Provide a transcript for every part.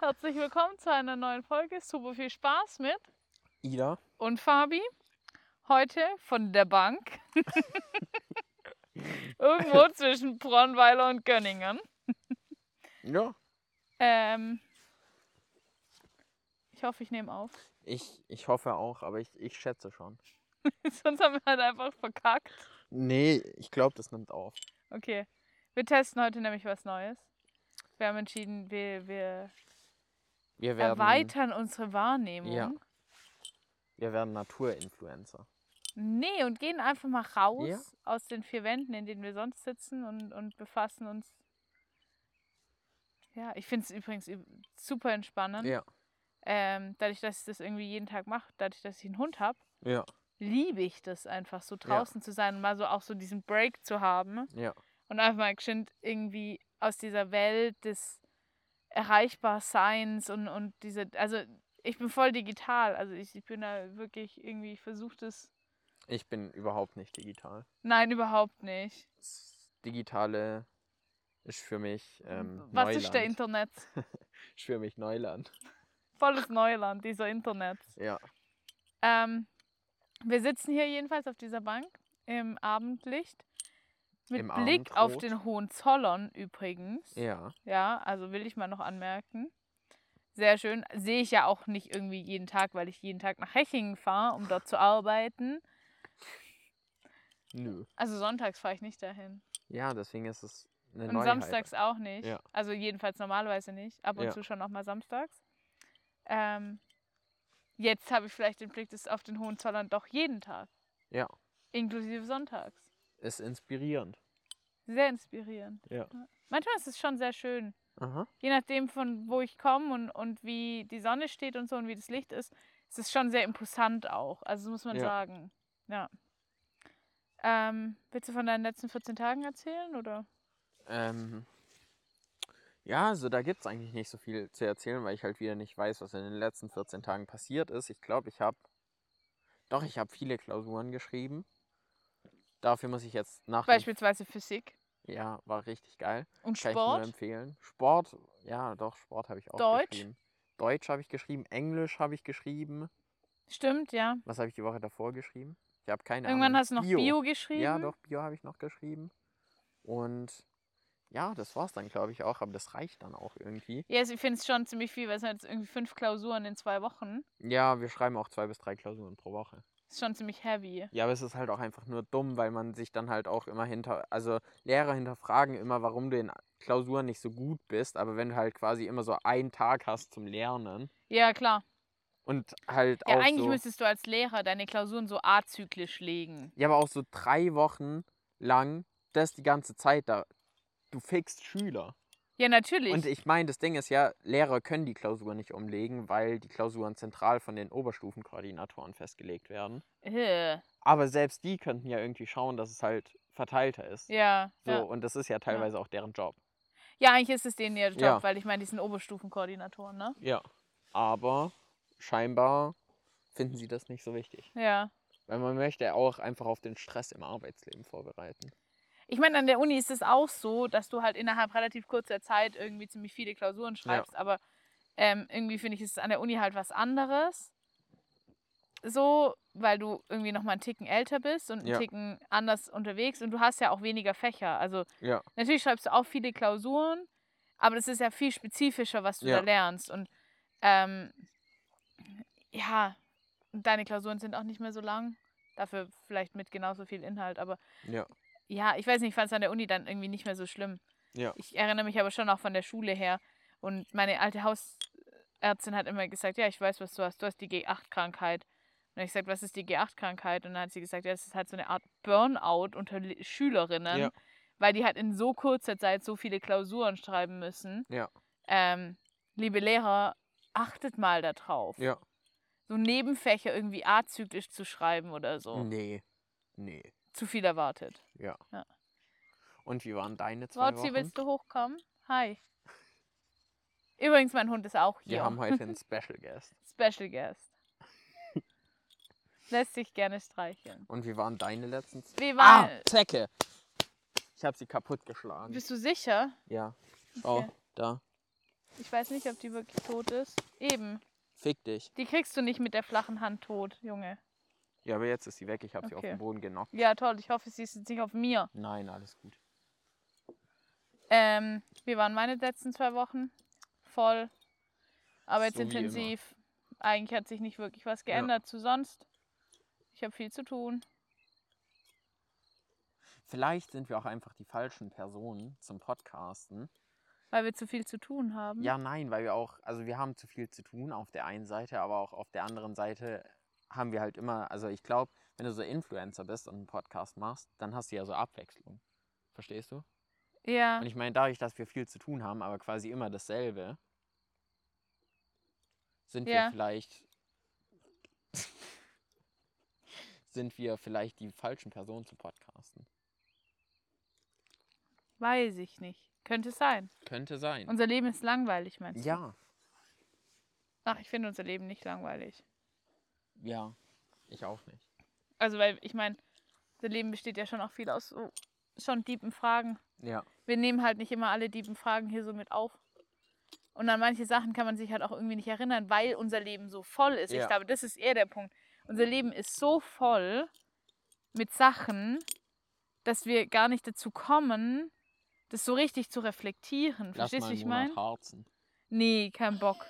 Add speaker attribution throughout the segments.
Speaker 1: Herzlich willkommen zu einer neuen Folge. Super viel Spaß mit
Speaker 2: Ida.
Speaker 1: und Fabi. Heute von der Bank. Irgendwo zwischen Bronweiler und Gönningen.
Speaker 2: Ja.
Speaker 1: Ähm, ich hoffe, ich nehme auf.
Speaker 2: Ich, ich hoffe auch, aber ich, ich schätze schon.
Speaker 1: Sonst haben wir halt einfach verkackt.
Speaker 2: Nee, ich glaube, das nimmt auf.
Speaker 1: Okay. Wir testen heute nämlich was Neues. Wir haben entschieden, wir, wir
Speaker 2: Wir werden,
Speaker 1: erweitern unsere Wahrnehmung.
Speaker 2: Ja. wir werden Naturinfluencer.
Speaker 1: Nee, und gehen einfach mal raus
Speaker 2: Ja.
Speaker 1: aus den vier Wänden, in denen wir sonst sitzen und, und befassen uns. Ja, ich finde es übrigens üb- super entspannend.
Speaker 2: Ja.
Speaker 1: Ähm, dadurch, dass ich das irgendwie jeden Tag mache, dadurch, dass ich einen Hund habe,
Speaker 2: Ja.
Speaker 1: liebe ich das einfach, so draußen zu sein und mal so auch so diesen Break zu haben
Speaker 2: Ja.
Speaker 1: und einfach mal geschwind irgendwie aus dieser Welt des Erreichbarseins und, und diese, also ich bin voll digital, also ich, ich bin da wirklich irgendwie, ich versuche das,
Speaker 2: Ich bin überhaupt nicht digital.
Speaker 1: nein, überhaupt nicht.
Speaker 2: Das Digitale ist für mich ähm,
Speaker 1: Was
Speaker 2: Neuland.
Speaker 1: ist der Internet?
Speaker 2: Ist für mich Neuland.
Speaker 1: Volles Neuland, dieser Internet.
Speaker 2: Ja.
Speaker 1: Ähm, wir sitzen hier jedenfalls auf dieser Bank im Abendlicht. Mit
Speaker 2: Im
Speaker 1: Blick auf
Speaker 2: Abendrot.
Speaker 1: den Hohenzollern übrigens.
Speaker 2: Ja.
Speaker 1: Ja, also will ich mal noch anmerken. Sehr schön. Sehe ich ja auch nicht irgendwie jeden Tag, weil ich jeden Tag nach Hechingen fahre, um dort zu arbeiten.
Speaker 2: Nö.
Speaker 1: Also sonntags fahre ich nicht dahin.
Speaker 2: Ja, deswegen ist es eine
Speaker 1: Und
Speaker 2: Neuheit.
Speaker 1: samstags auch nicht.
Speaker 2: Ja.
Speaker 1: Also jedenfalls normalerweise nicht. Ab und
Speaker 2: Ja.
Speaker 1: zu schon auch mal samstags. Ähm, jetzt habe ich vielleicht den Blick des, auf den Hohenzollern doch jeden Tag.
Speaker 2: Ja.
Speaker 1: Inklusive sonntags.
Speaker 2: Ist inspirierend.
Speaker 1: Sehr inspirierend.
Speaker 2: Ja.
Speaker 1: Manchmal ist es schon sehr schön.
Speaker 2: Aha.
Speaker 1: Je nachdem, von wo ich komme und, und wie die Sonne steht und so und wie das Licht ist, ist es schon sehr imposant auch. Also das muss man
Speaker 2: Ja.
Speaker 1: sagen. Ja. Ähm, willst du von deinen letzten 14 Tagen erzählen? Oder?
Speaker 2: Ähm, ja, also da gibt es eigentlich nicht so viel zu erzählen, weil ich halt wieder nicht weiß, was in den letzten 14 Tagen passiert ist. Ich glaube, ich habe. Doch, ich habe viele Klausuren geschrieben. Dafür muss ich jetzt nach. den-
Speaker 1: Beispielsweise Physik
Speaker 2: Ja, war richtig geil.
Speaker 1: und
Speaker 2: Kann ich nur
Speaker 1: Sport.
Speaker 2: empfehlen. Sport, ja, doch, Sport habe ich auch
Speaker 1: Deutsch?
Speaker 2: geschrieben. Deutsch habe ich geschrieben, Englisch habe ich geschrieben.
Speaker 1: Stimmt, ja.
Speaker 2: Was habe ich die Woche davor geschrieben? Ich habe keine
Speaker 1: Irgendwann
Speaker 2: Ahnung.
Speaker 1: hast du noch Bio, geschrieben.
Speaker 2: Ja, doch, Bio habe ich noch geschrieben. Und ja, das war's dann, glaube ich, auch. Aber das reicht dann auch irgendwie.
Speaker 1: Ja, also ich finde es schon ziemlich viel, weil es sind jetzt irgendwie fünf Klausuren in zwei Wochen.
Speaker 2: Ja, wir schreiben auch zwei bis drei Klausuren pro Woche.
Speaker 1: Ist schon ziemlich heavy.
Speaker 2: Ja, aber es ist halt auch einfach nur dumm, weil man sich dann halt auch immer hinter, also Lehrer hinterfragen immer, warum du in Klausuren nicht so gut bist. Aber wenn du halt quasi immer so einen Tag hast zum Lernen
Speaker 1: Ja, klar.
Speaker 2: und halt
Speaker 1: Ja,
Speaker 2: auch
Speaker 1: eigentlich
Speaker 2: so,
Speaker 1: müsstest du als Lehrer deine Klausuren so azyklisch legen.
Speaker 2: ja, aber auch so drei Wochen lang, das die ganze Zeit da. Du fixst Schüler.
Speaker 1: Ja, natürlich.
Speaker 2: Und ich meine, das Ding ist ja, Lehrer können die Klausur nicht umlegen, weil die Klausuren zentral von den Oberstufenkoordinatoren festgelegt werden.
Speaker 1: Äh,
Speaker 2: Aber selbst die könnten ja irgendwie schauen, dass es halt verteilter ist.
Speaker 1: ja,
Speaker 2: So,
Speaker 1: ja.
Speaker 2: und das ist ja teilweise auch deren Job.
Speaker 1: Ja, eigentlich ist es denen ihr Job,
Speaker 2: Ja.
Speaker 1: weil ich meine, die sind Oberstufenkoordinatoren, ne?
Speaker 2: Ja. Aber scheinbar finden sie das nicht so wichtig.
Speaker 1: Ja.
Speaker 2: Weil man möchte ja auch einfach auf den Stress im Arbeitsleben vorbereiten.
Speaker 1: Ich meine, an der Uni ist es auch so, dass du halt innerhalb relativ kurzer Zeit irgendwie ziemlich viele Klausuren schreibst, aber ähm, irgendwie finde ich, ist es an der Uni halt was anderes. So, weil du irgendwie nochmal einen Ticken älter bist und einen
Speaker 2: Ja.
Speaker 1: Ticken anders unterwegs und du hast ja auch weniger Fächer. Also
Speaker 2: Ja.
Speaker 1: natürlich schreibst du auch viele Klausuren, aber das ist ja viel spezifischer, was du
Speaker 2: Ja.
Speaker 1: da lernst. Und ähm, ja, deine Klausuren sind auch nicht mehr so lang. Dafür vielleicht mit genauso viel Inhalt, aber
Speaker 2: Ja.
Speaker 1: ja, ich weiß nicht, ich fand es an der Uni dann irgendwie nicht mehr so schlimm.
Speaker 2: Ja.
Speaker 1: Ich erinnere mich aber schon auch von der Schule her. Und meine alte Hausärztin hat immer gesagt, ja, ich weiß, was du hast. Du hast die G8-Krankheit. Und dann hab ich gesagt, was ist die G8-Krankheit? Und dann hat sie gesagt, ja, das ist halt so eine Art Burnout unter Le- Schülerinnen,
Speaker 2: Ja.
Speaker 1: weil die halt in so kurzer Zeit so viele Klausuren schreiben müssen.
Speaker 2: Ja.
Speaker 1: Ähm, liebe Lehrer, achtet mal darauf.
Speaker 2: Ja.
Speaker 1: So Nebenfächer irgendwie azyklisch zu schreiben oder so.
Speaker 2: Nee. Nee.
Speaker 1: Zu viel erwartet.
Speaker 2: Ja.
Speaker 1: Ja.
Speaker 2: Und wie waren deine zwei
Speaker 1: Wotzi,
Speaker 2: Wochen?
Speaker 1: willst du hochkommen? Hi. Übrigens, mein Hund ist auch
Speaker 2: Wir
Speaker 1: hier.
Speaker 2: haben heute einen Special Guest.
Speaker 1: Special Guest. Lässt sich gerne streicheln.
Speaker 2: Und wie waren deine letzten zwei?
Speaker 1: Wie war.
Speaker 2: Ah, Zecke! Ich habe sie kaputt geschlagen.
Speaker 1: Bist du sicher?
Speaker 2: Ja. Schau,
Speaker 1: Okay.
Speaker 2: da.
Speaker 1: Ich weiß nicht, ob die wirklich tot ist. Eben.
Speaker 2: Fick dich.
Speaker 1: Die kriegst du nicht mit der flachen Hand tot, Junge.
Speaker 2: Ja, aber jetzt ist sie weg. Ich habe sie auf
Speaker 1: Okay.
Speaker 2: den Boden genockt.
Speaker 1: Ja, toll. Ich hoffe, sie ist jetzt nicht auf mir.
Speaker 2: Nein, alles gut.
Speaker 1: Ähm, wie waren meine letzten zwei Wochen? Voll. Aber jetzt
Speaker 2: So wie immer.
Speaker 1: intensiv. Eigentlich hat sich nicht wirklich was geändert zu sonst. Ich habe viel zu tun.
Speaker 2: Vielleicht sind wir auch einfach die falschen Personen zum Podcasten.
Speaker 1: Weil wir zu viel zu tun haben.
Speaker 2: Ja, nein, weil wir auch, also wir haben zu viel zu tun auf der einen Seite, aber auch auf der anderen Seite haben wir halt immer, also ich glaube, wenn du so Influencer bist und einen Podcast machst, dann hast du ja so Abwechslung. Verstehst du?
Speaker 1: Ja.
Speaker 2: Und ich meine, dadurch, dass wir viel zu tun haben, aber quasi immer dasselbe, sind wir
Speaker 1: Ja.
Speaker 2: vielleicht. sind wir vielleicht die falschen Personen zu podcasten.
Speaker 1: Weiß ich nicht. Könnte sein.
Speaker 2: Könnte sein.
Speaker 1: Unser Leben ist langweilig, meinst du?
Speaker 2: ja,
Speaker 1: Ach, ich finde unser Leben nicht langweilig.
Speaker 2: ja. Ich auch nicht.
Speaker 1: Also, weil ich meine, unser Leben besteht ja schon auch viel aus so schon tiefen Fragen.
Speaker 2: Ja.
Speaker 1: Wir nehmen halt nicht immer alle tiefen Fragen hier so mit auf. Und an manche Sachen kann man sich halt auch irgendwie nicht erinnern, weil unser Leben so voll ist.
Speaker 2: Ja.
Speaker 1: Ich glaube, das ist eher der Punkt. Unser Leben ist so voll mit Sachen, dass wir gar nicht dazu kommen, das so richtig zu reflektieren.
Speaker 2: Lass
Speaker 1: Verstehst du,
Speaker 2: mal
Speaker 1: wie ich
Speaker 2: einen Monat
Speaker 1: meine?
Speaker 2: harzen.
Speaker 1: Nee, kein Bock.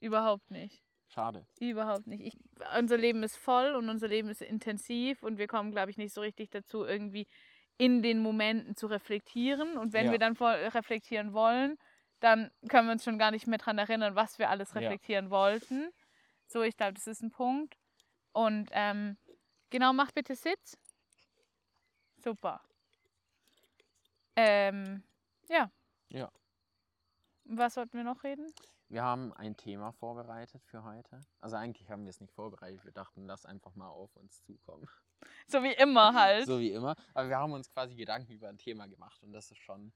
Speaker 1: Überhaupt nicht.
Speaker 2: Schade.
Speaker 1: Überhaupt nicht. Ich, unser Leben ist voll und unser Leben ist intensiv und wir kommen, glaube ich, nicht so richtig dazu, irgendwie in den Momenten zu reflektieren. Und wenn
Speaker 2: Ja.
Speaker 1: wir dann voll äh, reflektieren wollen, dann können wir uns schon gar nicht mehr daran erinnern, was wir alles
Speaker 2: Ja.
Speaker 1: reflektieren wollten. So, ich glaube, das ist ein Punkt. Und ähm, genau, mach bitte Sitz. Super. Ähm, ja.
Speaker 2: Ja.
Speaker 1: Was sollten wir noch reden?
Speaker 2: Wir haben ein Thema vorbereitet für heute. Also eigentlich haben wir es nicht vorbereitet. Wir dachten, lass einfach mal auf uns zukommen.
Speaker 1: So wie immer halt.
Speaker 2: So wie immer. Aber wir haben uns quasi Gedanken über ein Thema gemacht und das ist schon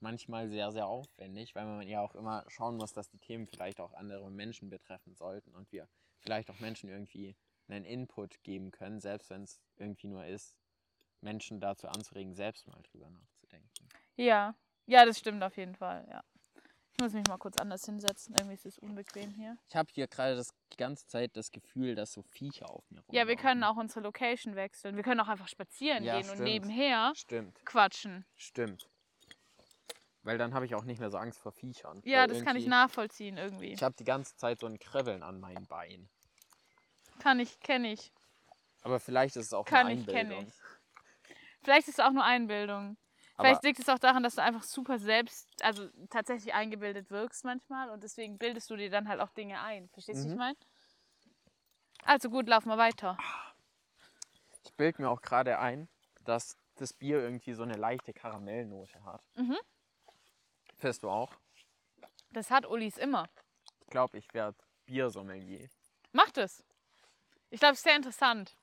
Speaker 2: manchmal sehr, sehr aufwendig, weil man ja auch immer schauen muss, dass die Themen vielleicht auch andere Menschen betreffen sollten und wir vielleicht auch Menschen irgendwie einen Input geben können, selbst wenn es irgendwie nur ist, Menschen dazu anzuregen, selbst mal drüber nachzudenken.
Speaker 1: Ja, ja, das stimmt auf jeden Fall, ja. Ich muss mich mal kurz anders hinsetzen, irgendwie ist es unbequem hier.
Speaker 2: Ich habe hier gerade das die ganze Zeit das Gefühl, dass so Viecher auf mir
Speaker 1: Ja, wir
Speaker 2: rumlaufen.
Speaker 1: können auch unsere Location wechseln. Wir können auch einfach spazieren
Speaker 2: Ja,
Speaker 1: gehen und
Speaker 2: stimmt.
Speaker 1: nebenher
Speaker 2: Stimmt.
Speaker 1: quatschen.
Speaker 2: Stimmt. Weil dann habe ich auch nicht mehr so Angst vor Viechern.
Speaker 1: Ja,
Speaker 2: Weil
Speaker 1: das kann ich
Speaker 2: irgendwie-
Speaker 1: nachvollziehen irgendwie.
Speaker 2: Ich habe die ganze Zeit so ein Kribbeln an meinen Beinen.
Speaker 1: Kann ich, kenne ich.
Speaker 2: Aber vielleicht ist es auch
Speaker 1: Kann
Speaker 2: eine
Speaker 1: ich, kenne
Speaker 2: Einbildung.
Speaker 1: ich. Vielleicht ist es auch nur Einbildung.
Speaker 2: Aber
Speaker 1: Vielleicht liegt es auch daran, dass du einfach super selbst, also tatsächlich eingebildet wirkst manchmal und deswegen bildest du dir dann halt auch Dinge ein. Verstehst du, wie
Speaker 2: Mhm.
Speaker 1: ich meine? Also gut, lauf mal weiter.
Speaker 2: ich bilde mir auch gerade ein, dass das Bier irgendwie so eine leichte Karamellnote hat.
Speaker 1: Mhm.
Speaker 2: Fährst du auch?
Speaker 1: Das hat Ulis immer.
Speaker 2: Ich glaube, ich werde Biersommelier.
Speaker 1: Macht es. Ich glaube, es ist sehr interessant.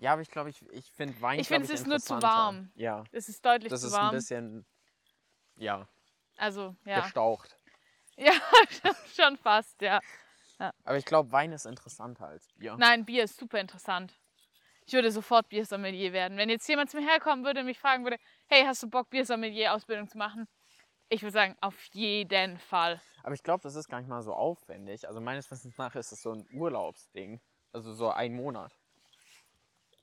Speaker 2: Ja, aber ich glaube, ich, ich finde Wein
Speaker 1: Ich
Speaker 2: glaub
Speaker 1: finde, es ist nur zu
Speaker 2: interessanter.
Speaker 1: warm.
Speaker 2: Ja,
Speaker 1: Es ist deutlich
Speaker 2: das
Speaker 1: zu
Speaker 2: ist
Speaker 1: warm.
Speaker 2: ein bisschen, ja,
Speaker 1: also, ja.
Speaker 2: gestaucht.
Speaker 1: Ja, schon fast, ja.
Speaker 2: Aber ich glaube, Wein ist interessanter als Bier.
Speaker 1: Nein, Bier ist super interessant. Ich würde sofort Biersommelier werden. Wenn jetzt jemand zu mir herkommen würde und mich fragen würde, hey, hast du Bock, Biersommelier-Ausbildung zu machen? Ich würde sagen, auf jeden Fall.
Speaker 2: Aber ich glaube, das ist gar nicht mal so aufwendig. Also meines Wissens nach ist es so ein Urlaubsding. Also so ein Monat.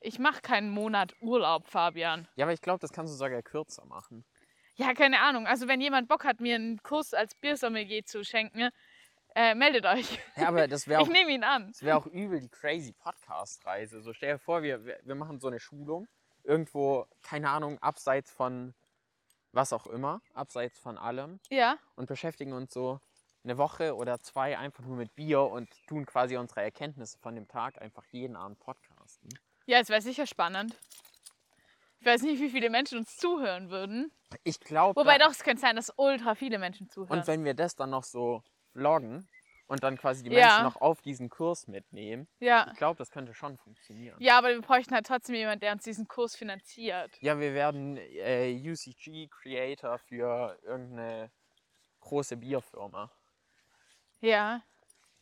Speaker 1: Ich mache keinen Monat Urlaub, Fabian.
Speaker 2: Ja, aber ich glaube, das kannst du sogar kürzer machen.
Speaker 1: Ja, keine Ahnung. Also, wenn jemand Bock hat, mir einen Kurs als Biersommelier zu schenken, äh, meldet euch.
Speaker 2: Ja, aber das wäre auch,
Speaker 1: Ich nehme ihn an.
Speaker 2: das wär auch übel die crazy Podcast-Reise. So stell dir vor, wir, wir wir machen so eine Schulung. Irgendwo, keine Ahnung, abseits von was auch immer, abseits von allem.
Speaker 1: Ja.
Speaker 2: Und beschäftigen uns so eine Woche oder zwei einfach nur mit Bier und tun quasi unsere Erkenntnisse von dem Tag einfach jeden Abend podcasten.
Speaker 1: Ja, es wäre sicher spannend. Ich weiß nicht, wie viele Menschen uns zuhören würden.
Speaker 2: Ich glaube.
Speaker 1: Wobei doch, es könnte sein, dass ultra viele Menschen zuhören.
Speaker 2: Und wenn wir das dann noch so vloggen und dann quasi die
Speaker 1: Ja.
Speaker 2: Menschen noch auf diesen Kurs mitnehmen,
Speaker 1: ja.
Speaker 2: ich glaube, das könnte schon funktionieren. Ja,
Speaker 1: ja, aber wir bräuchten halt trotzdem jemanden, der uns diesen Kurs finanziert.
Speaker 2: wir werden äh, UCG-Creator für irgendeine große Bierfirma.
Speaker 1: Ja.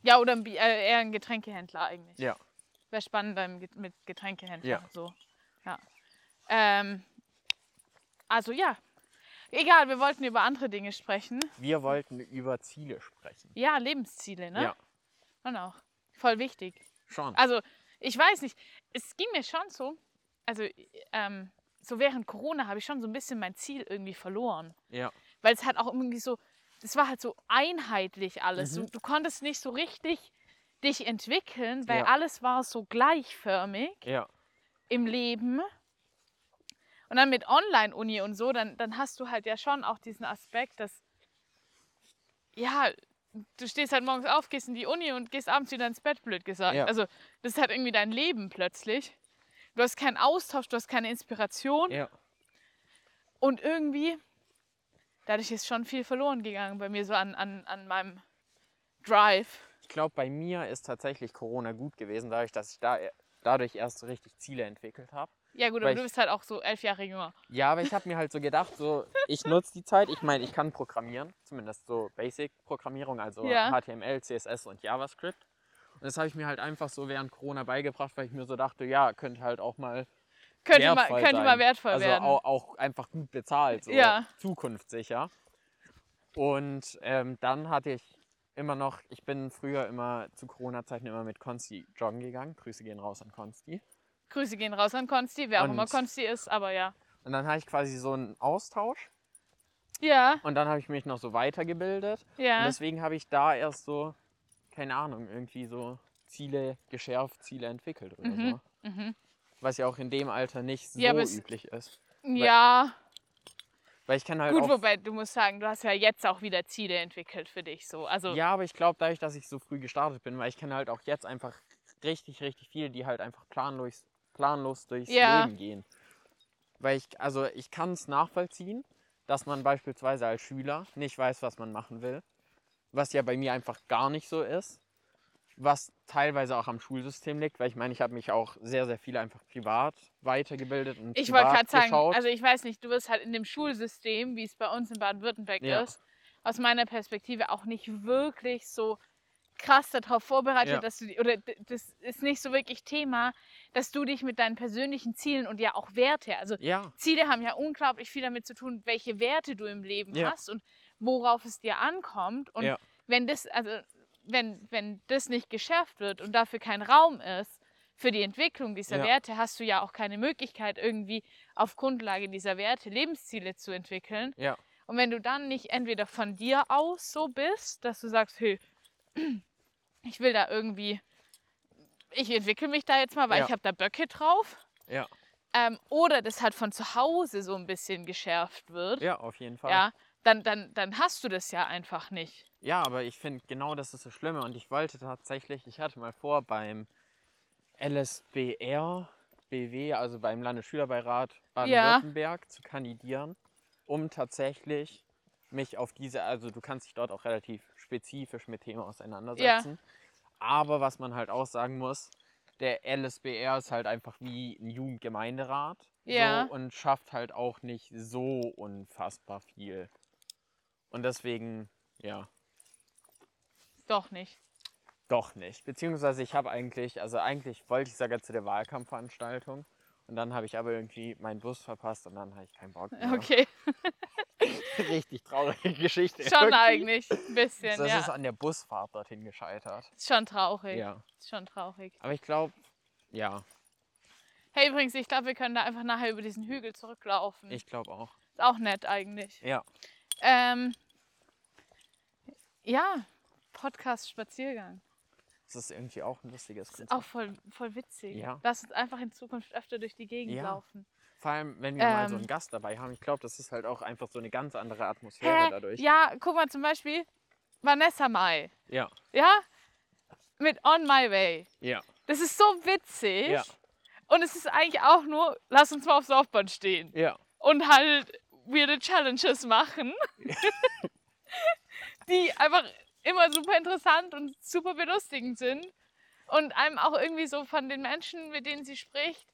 Speaker 1: Ja, oder ein Bi äh, eher ein Getränkehändler eigentlich.
Speaker 2: Ja.
Speaker 1: Wäre spannender im Get- mit Getränkehändler.
Speaker 2: Ja.
Speaker 1: So. Ja. Ähm, also ja. Egal, wir wollten über andere Dinge sprechen.
Speaker 2: Wir wollten über Ziele sprechen.
Speaker 1: Ja, Lebensziele, ne?
Speaker 2: Ja.
Speaker 1: Und auch. Voll wichtig.
Speaker 2: Schon.
Speaker 1: Also, ich weiß nicht, es ging mir schon so, also ähm, so während Corona habe ich schon so ein bisschen mein Ziel irgendwie verloren.
Speaker 2: Ja.
Speaker 1: Weil es hat auch irgendwie so, es war halt so einheitlich alles.
Speaker 2: Mhm.
Speaker 1: Du, du konntest nicht so richtig dich entwickeln, weil
Speaker 2: Ja.
Speaker 1: alles war so gleichförmig
Speaker 2: Ja.
Speaker 1: im Leben. Und dann mit Online-Uni und so, dann, dann hast du halt ja schon auch diesen Aspekt, dass, ja, du stehst halt morgens auf, gehst in die Uni und gehst abends wieder ins Bett, blöd gesagt.
Speaker 2: Ja.
Speaker 1: Also, das ist halt irgendwie dein Leben plötzlich. Du hast keinen Austausch, du hast keine Inspiration.
Speaker 2: Ja.
Speaker 1: Und irgendwie, dadurch ist schon viel verloren gegangen bei mir, so an, an, an meinem Drive.
Speaker 2: Ich glaube, bei mir ist tatsächlich Corona gut gewesen, dadurch, dass ich da dadurch erst so richtig Ziele entwickelt habe.
Speaker 1: Ja, gut,
Speaker 2: Weil
Speaker 1: aber du
Speaker 2: ich-
Speaker 1: bist halt auch so elf Jahre jünger.
Speaker 2: Ja, aber ich habe mir halt so gedacht, so ich nutze die Zeit. Ich meine, ich kann programmieren, zumindest so Basic-Programmierung, also
Speaker 1: Ja.
Speaker 2: HTML, CSS und JavaScript. Und das habe ich mir halt einfach so während Corona beigebracht, weil ich mir so dachte, ja, könnte halt auch mal
Speaker 1: Könnte, mal,
Speaker 2: wertvoll
Speaker 1: könnte
Speaker 2: sein.
Speaker 1: mal wertvoll
Speaker 2: also
Speaker 1: werden.
Speaker 2: Auch, auch einfach gut bezahlt, so
Speaker 1: Ja.
Speaker 2: zukunftssicher. Und ähm, dann hatte ich immer noch, ich bin früher immer zu Corona-Zeiten immer mit Konsti joggen gegangen. Grüße gehen raus an Konsti.
Speaker 1: Grüße gehen raus an Konsti, wer auch
Speaker 2: Und-
Speaker 1: immer Konsti ist, aber ja.
Speaker 2: Und dann hatte ich quasi so einen Austausch
Speaker 1: Ja,
Speaker 2: und dann habe ich mich noch so weitergebildet. Und
Speaker 1: ja.
Speaker 2: deswegen habe ich da erst so, keine Ahnung, irgendwie so Ziele geschärft, Ziele entwickelt oder
Speaker 1: Mhm,
Speaker 2: so.
Speaker 1: Mhm.
Speaker 2: Was ja auch in dem Alter nicht so
Speaker 1: Ja, aber es-
Speaker 2: üblich ist.
Speaker 1: Ja,
Speaker 2: Weil ich kann halt
Speaker 1: gut,
Speaker 2: auch
Speaker 1: wobei du musst sagen, du hast ja jetzt auch wieder Ziele entwickelt für dich so. Also ja,
Speaker 2: Ja, aber ich glaube, dadurch, dass ich so früh gestartet bin, weil ich kenne halt auch jetzt einfach richtig, richtig viele, die halt einfach planlos, planlos durchs
Speaker 1: Ja.
Speaker 2: Leben gehen. Weil ich, also ich kann es nachvollziehen, dass man beispielsweise als Schüler nicht weiß, was man machen will. Was ja bei mir einfach gar nicht so ist. Was teilweise auch am Schulsystem liegt, weil ich meine, ich habe mich auch sehr, sehr viel einfach privat weitergebildet und
Speaker 1: ich wollte
Speaker 2: privat
Speaker 1: gerade sagen,
Speaker 2: geschaut.
Speaker 1: also ich weiß nicht, du wirst halt in dem Schulsystem, wie es bei uns in Baden-Württemberg
Speaker 2: Ja.
Speaker 1: ist, aus meiner Perspektive auch nicht wirklich so krass darauf vorbereitet,
Speaker 2: Ja.
Speaker 1: dass du die- oder d- das ist nicht so wirklich Thema, dass du dich mit deinen persönlichen Zielen und ja auch Werte, also
Speaker 2: ja,
Speaker 1: Ziele haben ja unglaublich viel damit zu tun, welche Werte du im Leben
Speaker 2: Ja.
Speaker 1: hast und worauf es dir ankommt. Und
Speaker 2: Ja.
Speaker 1: wenn das, also wenn, wenn das nicht geschärft wird und dafür kein Raum ist für die Entwicklung dieser
Speaker 2: Ja.
Speaker 1: Werte, hast du ja auch keine Möglichkeit, irgendwie auf Grundlage dieser Werte Lebensziele zu entwickeln.
Speaker 2: ja,
Speaker 1: Und wenn du dann nicht entweder von dir aus so bist, dass du sagst, hey, ich will da irgendwie, ich entwickle mich da jetzt mal, weil
Speaker 2: Ja.
Speaker 1: ich habe da Böcke drauf.
Speaker 2: ja,
Speaker 1: Ähm, oder das halt von zu Hause so ein bisschen geschärft wird,
Speaker 2: ja, auf jeden Fall.
Speaker 1: ja, dann, dann, dann hast du das ja einfach nicht.
Speaker 2: Ja, aber ich finde genau das ist das Schlimme und ich wollte tatsächlich, ich hatte mal vor beim LSBR, BW, also beim Landesschülerbeirat Baden-Württemberg zu kandidieren, um tatsächlich mich auf diese, also du kannst dich dort auch relativ spezifisch mit Themen auseinandersetzen. Aber was man halt auch sagen muss, der LSBR ist halt einfach wie ein Jugendgemeinderat
Speaker 1: Ja.
Speaker 2: so, und schafft halt auch nicht so unfassbar viel. Und deswegen, ja.
Speaker 1: Doch nicht.
Speaker 2: Doch nicht. Beziehungsweise ich habe eigentlich, also eigentlich wollte ich sogar zu der Wahlkampfveranstaltung und dann habe ich aber irgendwie meinen Bus verpasst und dann habe ich keinen Bock mehr.
Speaker 1: Okay,
Speaker 2: Richtig traurige Geschichte.
Speaker 1: schon
Speaker 2: irgendwie.
Speaker 1: eigentlich. Ein bisschen,
Speaker 2: Das ist
Speaker 1: ja.
Speaker 2: an der Busfahrt dorthin gescheitert.
Speaker 1: Ist schon traurig.
Speaker 2: Ja.
Speaker 1: Ist schon traurig.
Speaker 2: Aber ich glaube, ja,
Speaker 1: Hey, übrigens, ich glaube, wir können da einfach nachher über diesen Hügel zurücklaufen.
Speaker 2: ich glaube auch.
Speaker 1: Ist auch nett eigentlich.
Speaker 2: Ja.
Speaker 1: Ähm, ja, Podcast-Spaziergang.
Speaker 2: Das ist irgendwie auch ein lustiges
Speaker 1: Ist
Speaker 2: Konzept.
Speaker 1: auch voll, voll witzig.
Speaker 2: Ja.
Speaker 1: Lass uns einfach in Zukunft öfter durch die Gegend
Speaker 2: Ja.
Speaker 1: laufen.
Speaker 2: Vor allem, wenn wir mal so
Speaker 1: Ähm.
Speaker 2: einen Gast dabei haben. Ich glaube, das ist halt auch einfach so eine ganz andere Atmosphäre
Speaker 1: Hä?
Speaker 2: dadurch.
Speaker 1: Ja, guck mal zum Beispiel Vanessa Mai.
Speaker 2: Ja,
Speaker 1: Ja? Mit On My Way.
Speaker 2: ja,
Speaker 1: Das ist so witzig.
Speaker 2: ja,
Speaker 1: Und es ist eigentlich auch nur, lass uns mal aufs Laufband stehen
Speaker 2: ja.
Speaker 1: und halt weirde Challenges machen, die einfach immer super interessant und super belustigend sind und einem auch irgendwie so von den Menschen, mit denen sie spricht,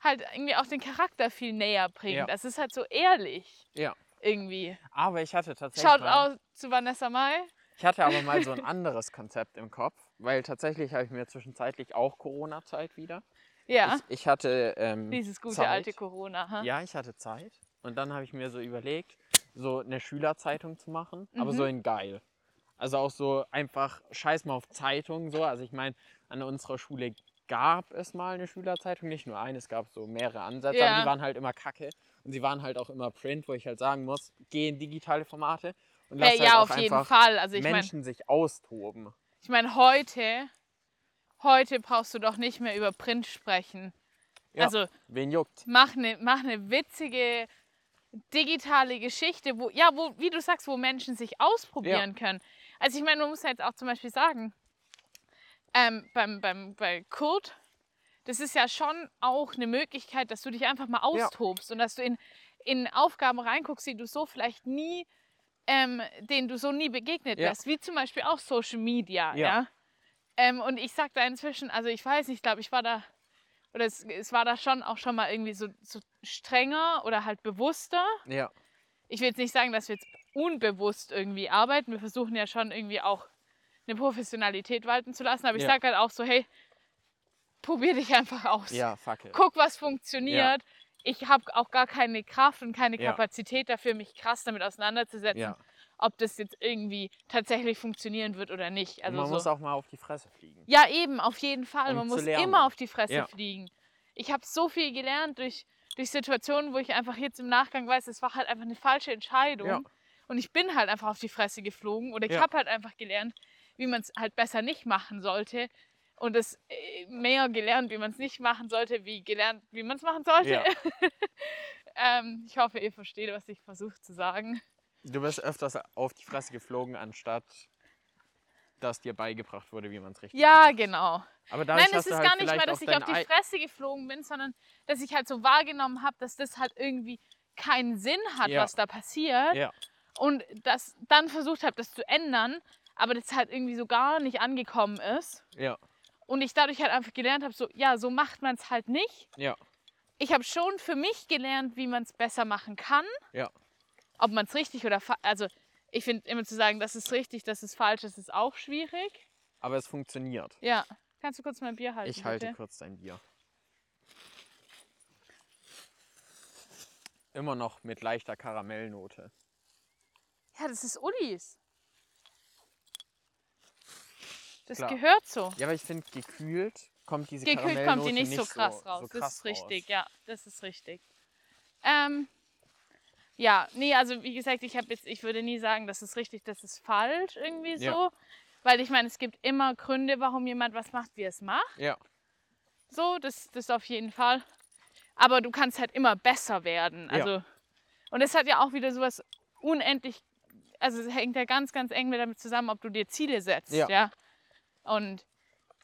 Speaker 1: halt irgendwie auch den Charakter viel näher bringt.
Speaker 2: Ja.
Speaker 1: Das ist halt so ehrlich
Speaker 2: ja.
Speaker 1: irgendwie.
Speaker 2: Aber ich hatte tatsächlich.
Speaker 1: Schaut
Speaker 2: mal-
Speaker 1: aus zu Vanessa Mai.
Speaker 2: Ich hatte aber mal so ein anderes Konzept im Kopf, weil tatsächlich habe ich mir zwischenzeitlich auch Corona-Zeit wieder.
Speaker 1: Ja,
Speaker 2: Ich, ich hatte ähm,
Speaker 1: dieses gute
Speaker 2: Zeit.
Speaker 1: alte Corona. Ha?
Speaker 2: Ja, ich hatte Zeit und dann habe ich mir so überlegt, so eine Schülerzeitung zu machen, aber
Speaker 1: Mhm.
Speaker 2: so in geil. Also auch so einfach scheiß mal auf Zeitungen so. Also ich meine, an unserer Schule gab es mal eine Schülerzeitung, nicht nur eine, es gab so mehrere Ansätze, aber
Speaker 1: Ja.
Speaker 2: die waren halt immer kacke und sie waren halt auch immer Print, wo ich halt sagen muss, geh in digitale Formate und lass
Speaker 1: Äh,
Speaker 2: halt
Speaker 1: ja,
Speaker 2: auch
Speaker 1: auf jeden
Speaker 2: einfach
Speaker 1: Fall. Also ich meine,
Speaker 2: Menschen sich austoben.
Speaker 1: ich mein, heute, heute brauchst du doch nicht mehr über Print sprechen.
Speaker 2: Ja.
Speaker 1: Also
Speaker 2: Wen juckt?
Speaker 1: mach eine mach ne witzige digitale Geschichte, wo, ja, wo, wie du sagst, wo Menschen sich ausprobieren können. Also ich meine, man muss ja jetzt auch zum Beispiel sagen, ähm, beim, beim, bei Kurt, das ist ja schon auch eine Möglichkeit, dass du dich einfach mal
Speaker 2: Ja.
Speaker 1: austobst und dass du in, in Aufgaben reinguckst, die du so vielleicht nie, ähm, denen du so nie begegnet
Speaker 2: Ja.
Speaker 1: wärst, wie zum Beispiel auch Social Media.
Speaker 2: Ja.
Speaker 1: Ja. Ähm, und ich sag da inzwischen, also ich weiß nicht, ich glaube, ich war da oder es, es war da schon auch schon mal irgendwie so, so strenger oder halt bewusster.
Speaker 2: Ja,
Speaker 1: Ich will jetzt nicht sagen, dass wir jetzt unbewusst irgendwie arbeiten. Wir versuchen ja schon irgendwie auch eine Professionalität walten zu lassen. Aber ich
Speaker 2: Ja.
Speaker 1: sage halt auch so, hey, probier dich einfach aus.
Speaker 2: ja, fuck it.
Speaker 1: Guck, was funktioniert. Ich habe auch gar keine Kraft und keine
Speaker 2: Ja.
Speaker 1: Kapazität dafür, mich krass damit auseinanderzusetzen,
Speaker 2: Ja.
Speaker 1: ob das jetzt irgendwie tatsächlich funktionieren wird oder nicht.
Speaker 2: Und
Speaker 1: Also
Speaker 2: man
Speaker 1: so.
Speaker 2: muss auch mal auf die Fresse fliegen.
Speaker 1: Ja, eben, auf jeden Fall.
Speaker 2: Um
Speaker 1: Man
Speaker 2: zu
Speaker 1: muss
Speaker 2: lernen.
Speaker 1: immer auf die Fresse
Speaker 2: Ja.
Speaker 1: fliegen. Ich habe so viel gelernt durch, durch Situationen, wo ich einfach jetzt im Nachgang weiß, es war halt einfach eine falsche Entscheidung.
Speaker 2: Ja.
Speaker 1: Und ich bin halt einfach auf die Fresse geflogen. Oder ich
Speaker 2: Ja.
Speaker 1: habe halt einfach gelernt, wie man es halt besser nicht machen sollte. Und es äh, mehr gelernt, wie man es nicht machen sollte, wie gelernt, wie man es machen sollte.
Speaker 2: Ja.
Speaker 1: ähm, ich hoffe, ihr versteht, was ich versuche zu sagen.
Speaker 2: Du bist öfters auf die Fresse geflogen, anstatt dass dir beigebracht wurde, wie man es richtig
Speaker 1: Ja,
Speaker 2: macht.
Speaker 1: genau.
Speaker 2: Aber dadurch
Speaker 1: Nein, es
Speaker 2: hast du
Speaker 1: ist
Speaker 2: halt
Speaker 1: gar nicht mal,
Speaker 2: vielleicht
Speaker 1: dass
Speaker 2: auch
Speaker 1: ich auf die
Speaker 2: dein Ei-
Speaker 1: Fresse geflogen bin, sondern dass ich halt so wahrgenommen habe, dass das halt irgendwie keinen Sinn hat,
Speaker 2: Ja.
Speaker 1: was da passiert.
Speaker 2: Ja,
Speaker 1: Und das dann versucht habe, das zu ändern, aber das halt irgendwie so gar nicht angekommen ist.
Speaker 2: ja,
Speaker 1: Und ich dadurch halt einfach gelernt habe, so, ja, so macht man es halt nicht.
Speaker 2: ja,
Speaker 1: Ich habe schon für mich gelernt, wie man es besser machen kann.
Speaker 2: ja,
Speaker 1: Ob man es richtig oder falsch. Also, ich finde immer zu sagen, das ist richtig, das ist falsch, das ist auch schwierig.
Speaker 2: aber es funktioniert.
Speaker 1: Ja. Kannst du kurz mein Bier halten?
Speaker 2: Ich halte
Speaker 1: bitte?
Speaker 2: kurz dein Bier. Immer noch mit leichter Karamellnote.
Speaker 1: Ja, das ist Ulis. Das
Speaker 2: Klar.
Speaker 1: gehört so.
Speaker 2: Ja, aber ich finde, gekühlt kommt diese
Speaker 1: Gekühlt
Speaker 2: Karamellnote
Speaker 1: kommt die nicht so krass raus. das
Speaker 2: krass
Speaker 1: ist richtig, ja, das ist richtig. Ähm, ja, nee, also wie gesagt, ich habe jetzt, ich würde nie sagen, das ist richtig, das ist falsch irgendwie so.
Speaker 2: Ja.
Speaker 1: Weil ich meine, es gibt immer Gründe, warum jemand was macht, wie er es macht.
Speaker 2: Ja,
Speaker 1: So, das, das auf jeden Fall. Aber du kannst halt immer besser werden.
Speaker 2: Ja.
Speaker 1: Also, Und es hat ja auch wieder sowas unendlich, also es hängt ja ganz, ganz eng mit damit zusammen, ob du dir Ziele setzt.
Speaker 2: Ja.
Speaker 1: Ja. Und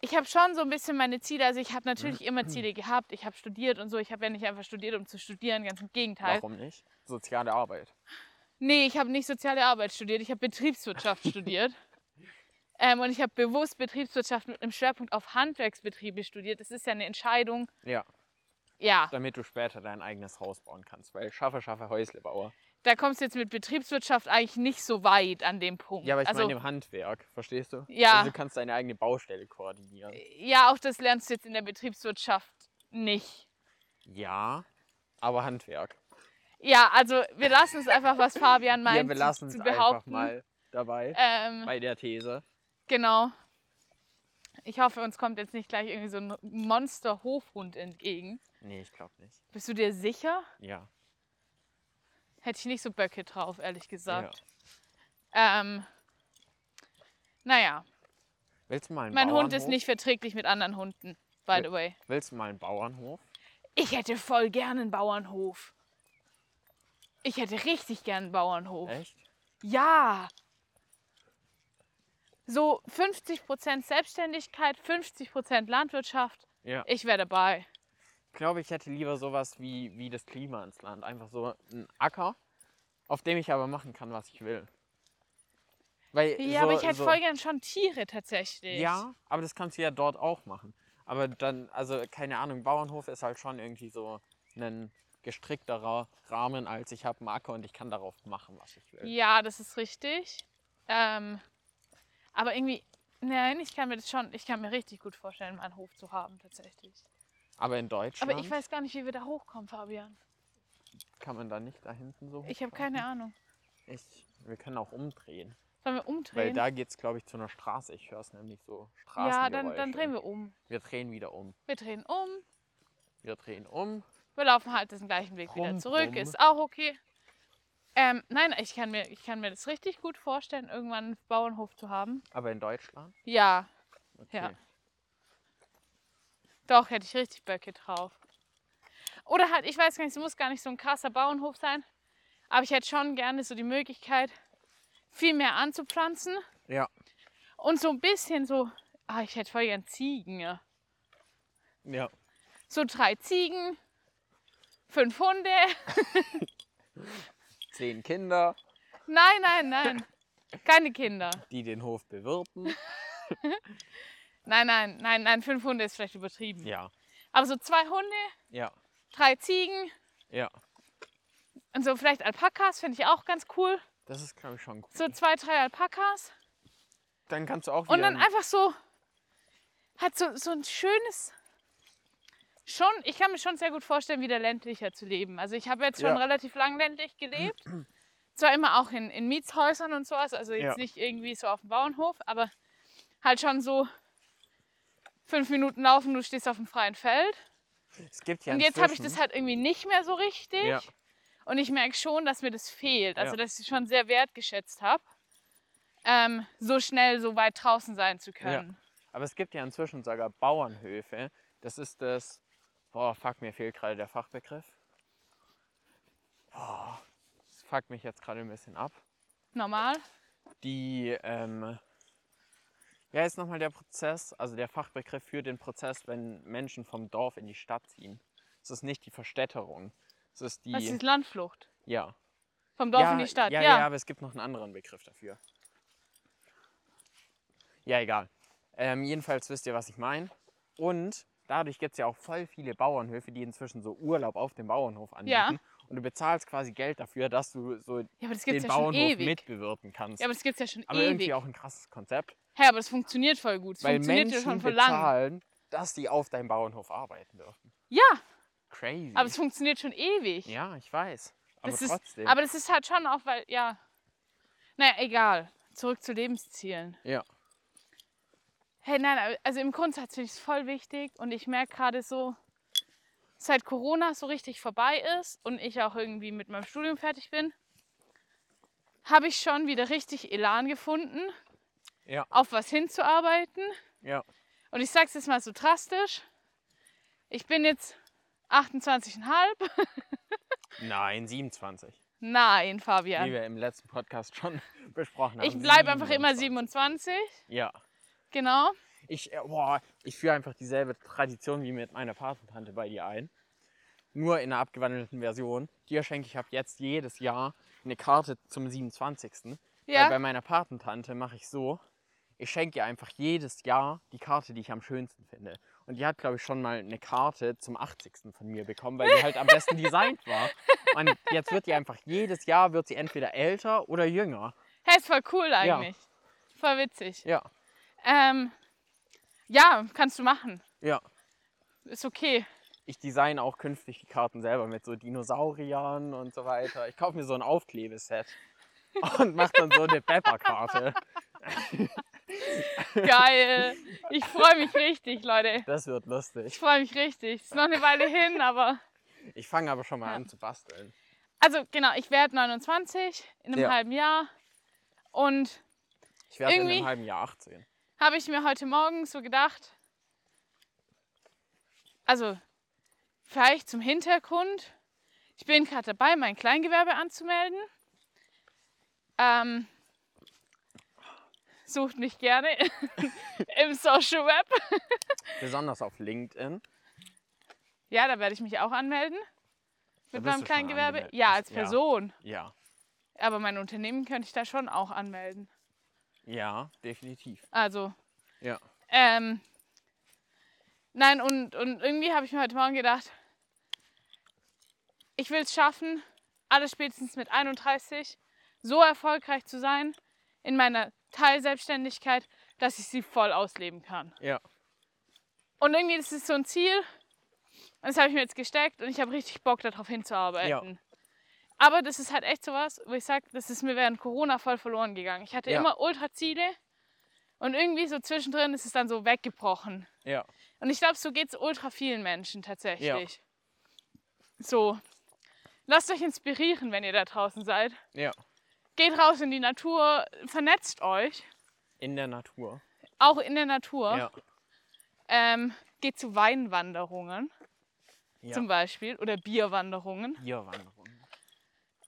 Speaker 1: ich habe schon so ein bisschen meine Ziele, also ich habe natürlich
Speaker 2: Mhm.
Speaker 1: immer Ziele gehabt, ich habe studiert und so, ich habe ja nicht einfach studiert, um zu studieren, ganz im Gegenteil.
Speaker 2: warum nicht? Soziale Arbeit.
Speaker 1: Nee, ich habe nicht soziale Arbeit studiert, ich habe Betriebswirtschaft studiert. Ähm, und ich habe bewusst Betriebswirtschaft mit einem Schwerpunkt auf Handwerksbetriebe studiert. Das ist ja eine Entscheidung.
Speaker 2: Ja,
Speaker 1: Ja.
Speaker 2: damit du später dein eigenes Haus bauen kannst. Weil schaffe, schaffe Häuslebauer.
Speaker 1: da kommst du jetzt mit Betriebswirtschaft eigentlich nicht so weit an dem Punkt.
Speaker 2: Ja, aber ich
Speaker 1: also,
Speaker 2: meine im Handwerk, verstehst du?
Speaker 1: Ja. Äh.
Speaker 2: Also du kannst deine eigene Baustelle koordinieren.
Speaker 1: ja, auch das lernst du jetzt in der Betriebswirtschaft nicht.
Speaker 2: Ja, aber Handwerk.
Speaker 1: Ja, also wir lassen es einfach, was Fabian meint,
Speaker 2: ja, wir
Speaker 1: zu-
Speaker 2: lassen es
Speaker 1: zu
Speaker 2: einfach
Speaker 1: behaupten.
Speaker 2: mal dabei
Speaker 1: Ähm,
Speaker 2: bei der These.
Speaker 1: genau. Ich hoffe, uns kommt jetzt nicht gleich irgendwie so ein Monster-Hofhund entgegen.
Speaker 2: Nee, ich glaube nicht.
Speaker 1: Bist du dir sicher?
Speaker 2: Ja.
Speaker 1: Hätte ich nicht so Böcke drauf, ehrlich
Speaker 2: ja.
Speaker 1: gesagt. Ähm, naja,
Speaker 2: Willst du mal einen
Speaker 1: mein
Speaker 2: Bauernhof?
Speaker 1: Hund ist nicht verträglich mit anderen Hunden, by the way.
Speaker 2: Willst du mal einen Bauernhof?
Speaker 1: Ich hätte voll gern einen Bauernhof. Ich hätte richtig gern einen Bauernhof.
Speaker 2: Echt?
Speaker 1: Ja. So 50% Selbstständigkeit, 50% Landwirtschaft.
Speaker 2: Ja.
Speaker 1: Ich wäre dabei.
Speaker 2: Ich glaube, ich hätte lieber sowas wie, wie das Klima ins Land. Einfach so einen Acker, auf dem ich aber machen kann, was ich will. Weil
Speaker 1: Ja,
Speaker 2: so,
Speaker 1: aber ich hätte
Speaker 2: so,
Speaker 1: voll gern schon Tiere tatsächlich.
Speaker 2: Ja, aber das kannst du ja dort auch machen. Aber dann, also keine Ahnung, Bauernhof ist halt schon irgendwie so ein gestrickterer Rahmen, als ich habe einen Acker und ich kann darauf machen, was ich will.
Speaker 1: Ja, das ist richtig. Ähm, aber irgendwie, nein, ich kann mir das schon, ich kann mir richtig gut vorstellen, mal einen Hof zu haben tatsächlich.
Speaker 2: Aber in Deutschland
Speaker 1: Aber ich weiß gar nicht, wie wir da hochkommen, Fabian.
Speaker 2: kann man da nicht da hinten so.
Speaker 1: Ich habe
Speaker 2: hochfahren?
Speaker 1: keine Ahnung.
Speaker 2: Ich, wir können auch umdrehen.
Speaker 1: Sollen wir
Speaker 2: Weil
Speaker 1: umdrehen?
Speaker 2: da geht es, glaube ich, zu einer Straße. Ich höre es nämlich so.
Speaker 1: ja,
Speaker 2: Straßengeräusche.
Speaker 1: dann, dann drehen wir um.
Speaker 2: Wir drehen wieder um.
Speaker 1: Wir drehen um.
Speaker 2: Wir drehen um.
Speaker 1: Wir laufen halt diesen gleichen Weg wieder
Speaker 2: Rum,
Speaker 1: zurück.
Speaker 2: rum.
Speaker 1: Ist auch okay. Ähm, nein, ich kann, mir, ich kann mir das richtig gut vorstellen, irgendwann einen Bauernhof zu haben.
Speaker 2: Aber in Deutschland?
Speaker 1: Ja,
Speaker 2: Okay.
Speaker 1: Ja. Doch, hätte ich richtig Böcke drauf. Oder halt, ich weiß gar nicht, es muss gar nicht so ein krasser Bauernhof sein, aber ich hätte schon gerne so die Möglichkeit, viel mehr anzupflanzen
Speaker 2: Ja.
Speaker 1: und so ein bisschen so, ah, ich hätte voll gern Ziegen. Ja.
Speaker 2: Ja.
Speaker 1: So drei Ziegen, fünf Hunde.
Speaker 2: Zehn Kinder,
Speaker 1: Nein, nein, nein. Keine Kinder.
Speaker 2: die den Hof bewirten.
Speaker 1: Nein, nein, nein, nein, fünf Hunde ist vielleicht übertrieben.
Speaker 2: Ja.
Speaker 1: Aber so zwei Hunde,
Speaker 2: Ja.
Speaker 1: drei Ziegen
Speaker 2: Ja.
Speaker 1: und so vielleicht Alpakas finde ich auch ganz cool.
Speaker 2: Das ist, glaube ich, schon gut.
Speaker 1: So zwei, drei Alpakas.
Speaker 2: Dann kannst du auch wieder.
Speaker 1: Und dann
Speaker 2: ein-
Speaker 1: einfach so, hat so, so ein schönes, schon, ich kann mir schon sehr gut vorstellen, wieder ländlicher zu leben. Also ich habe jetzt schon
Speaker 2: Ja.
Speaker 1: relativ lang ländlich gelebt. Zwar immer auch in, in Mietshäusern und sowas, also jetzt
Speaker 2: Ja.
Speaker 1: nicht irgendwie so auf dem Bauernhof, aber halt schon so fünf Minuten laufen, du stehst auf dem freien Feld.
Speaker 2: es gibt ja
Speaker 1: und jetzt habe ich das
Speaker 2: inzwischen-
Speaker 1: halt irgendwie nicht mehr so richtig.
Speaker 2: Ja.
Speaker 1: Und ich merke schon, dass mir das fehlt. Also,
Speaker 2: Ja.
Speaker 1: dass ich es schon sehr wertgeschätzt habe, ähm, so schnell so weit draußen sein zu können.
Speaker 2: Aber es gibt ja inzwischen sogar Bauernhöfe. Das ist das. Boah, fuck, mir fehlt gerade der Fachbegriff. Boah, das fuckt mich jetzt gerade ein bisschen ab.
Speaker 1: Normal.
Speaker 2: Die, ähm, ja, ist nochmal der Prozess, also der Fachbegriff für den Prozess, wenn Menschen vom Dorf in die Stadt ziehen. Es ist nicht die Verstädterung. Es ist die,
Speaker 1: Was ist Landflucht?
Speaker 2: ja.
Speaker 1: Vom Dorf
Speaker 2: ja,
Speaker 1: in die Stadt.
Speaker 2: Ja,
Speaker 1: Ja,
Speaker 2: ja, aber es gibt noch einen anderen Begriff dafür. Ja, egal. Ähm, jedenfalls wisst ihr, was ich meine. Und dadurch gibt es ja auch voll viele Bauernhöfe, die inzwischen so Urlaub auf dem Bauernhof anbieten.
Speaker 1: Ja.
Speaker 2: Und du bezahlst quasi Geld dafür, dass du so
Speaker 1: Ja, aber das gibt es
Speaker 2: den
Speaker 1: ja schon
Speaker 2: Bauernhof
Speaker 1: ewig.
Speaker 2: mitbewirten kannst.
Speaker 1: Ja, aber das gibt es ja schon
Speaker 2: aber
Speaker 1: ewig.
Speaker 2: irgendwie auch ein krasses Konzept.
Speaker 1: Hä, aber das funktioniert voll gut. Das
Speaker 2: Weil
Speaker 1: funktioniert ja
Speaker 2: Menschen
Speaker 1: schon voll lang.
Speaker 2: bezahlen, dass die auf deinem Bauernhof arbeiten dürfen.
Speaker 1: Ja,
Speaker 2: Crazy.
Speaker 1: aber es funktioniert schon ewig.
Speaker 2: ja, ich weiß. Aber
Speaker 1: das
Speaker 2: trotzdem.
Speaker 1: Ist, aber das ist halt schon auch, weil, ja. Naja, egal. Zurück zu Lebenszielen.
Speaker 2: ja.
Speaker 1: Hey, nein, aber- also im Grundsatz finde ich es voll wichtig und ich merke gerade so, seit Corona so richtig vorbei ist und ich auch irgendwie mit meinem Studium fertig bin, habe ich schon wieder richtig Elan gefunden,
Speaker 2: Ja.
Speaker 1: auf was hinzuarbeiten.
Speaker 2: ja.
Speaker 1: Und ich sage es jetzt mal so drastisch. Ich bin jetzt 28,5.
Speaker 2: Nein, 27.
Speaker 1: Nein,
Speaker 2: Wie
Speaker 1: Fabian.
Speaker 2: wir im letzten Podcast schon besprochen haben.
Speaker 1: Ich bleibe einfach immer
Speaker 2: 27.
Speaker 1: 27.
Speaker 2: Ja.
Speaker 1: Genau.
Speaker 2: Ich, äh, boah, ich führe einfach dieselbe Tradition wie mit meiner Patentante bei dir ein. Nur in einer abgewandelten Version. Dir schenke ich ab jetzt jedes Jahr eine Karte zum 27. Weil bei
Speaker 1: Ja.
Speaker 2: meiner Patentante mache ich so, ich schenke ihr einfach jedes Jahr die Karte, die ich am schönsten finde. Und die hat, glaube ich, schon mal eine Karte zum 80. von mir bekommen, weil die halt am besten designt war. Und jetzt wird die einfach jedes Jahr, wird sie entweder älter oder jünger.
Speaker 1: Hey, ist voll cool eigentlich. Voll witzig.
Speaker 2: Ja,
Speaker 1: Ähm, ja, kannst du machen.
Speaker 2: ja.
Speaker 1: Ist okay.
Speaker 2: Ich design auch künftig die Karten selber mit so Dinosauriern und so weiter. Ich kaufe mir so ein Aufklebeset und mache dann so eine Pepper-Karte.
Speaker 1: Geil. Ich freue mich richtig, Leute.
Speaker 2: Das wird
Speaker 1: Ich
Speaker 2: lustig.
Speaker 1: freue mich richtig. Ist noch eine Weile hin, aber.
Speaker 2: Ich fange aber schon mal an zu basteln.
Speaker 1: Also, genau, ich werde 29 in einem
Speaker 2: Ja.
Speaker 1: halben Jahr. Und
Speaker 2: Ich werde in einem
Speaker 1: Irgendwie-
Speaker 2: halben Jahr 18.
Speaker 1: habe ich mir heute Morgen so gedacht. Also, vielleicht zum Hintergrund. Ich bin gerade dabei, mein Kleingewerbe anzumelden. Ähm, sucht mich gerne im Social Web.
Speaker 2: Besonders auf LinkedIn.
Speaker 1: Ja, da werde ich mich auch anmelden.
Speaker 2: Da
Speaker 1: Mit meinem
Speaker 2: bist du schon
Speaker 1: Kleingewerbe?
Speaker 2: angemeldet.
Speaker 1: Ja, als
Speaker 2: Ja.
Speaker 1: Person.
Speaker 2: Ja,
Speaker 1: Aber mein Unternehmen könnte ich da schon auch anmelden.
Speaker 2: ja, definitiv.
Speaker 1: Also,
Speaker 2: Ja,
Speaker 1: ähm, nein, und, und irgendwie habe ich mir heute Morgen gedacht, ich will es schaffen, alles spätestens mit 31 so erfolgreich zu sein in meiner Teilselbstständigkeit, dass ich sie voll ausleben kann.
Speaker 2: ja,
Speaker 1: Und irgendwie ist es so ein Ziel. Und das habe ich mir jetzt gesteckt und ich habe richtig Bock darauf hinzuarbeiten. Aber das ist halt echt sowas, wo ich sage, das ist mir während Corona voll verloren gegangen. Ich hatte
Speaker 2: Ja.
Speaker 1: immer Ultraziele und irgendwie so zwischendrin ist es dann so weggebrochen.
Speaker 2: Ja.
Speaker 1: Und ich glaube, so geht es ultra vielen Menschen tatsächlich. So, lasst euch inspirieren, wenn ihr da draußen seid.
Speaker 2: Ja.
Speaker 1: Geht raus in die Natur, vernetzt euch,
Speaker 2: In der Natur.
Speaker 1: auch in der Natur.
Speaker 2: Ja.
Speaker 1: Ähm, geht zu Weinwanderungen
Speaker 2: Ja.
Speaker 1: zum Beispiel oder Bierwanderungen.
Speaker 2: Bierwanderung.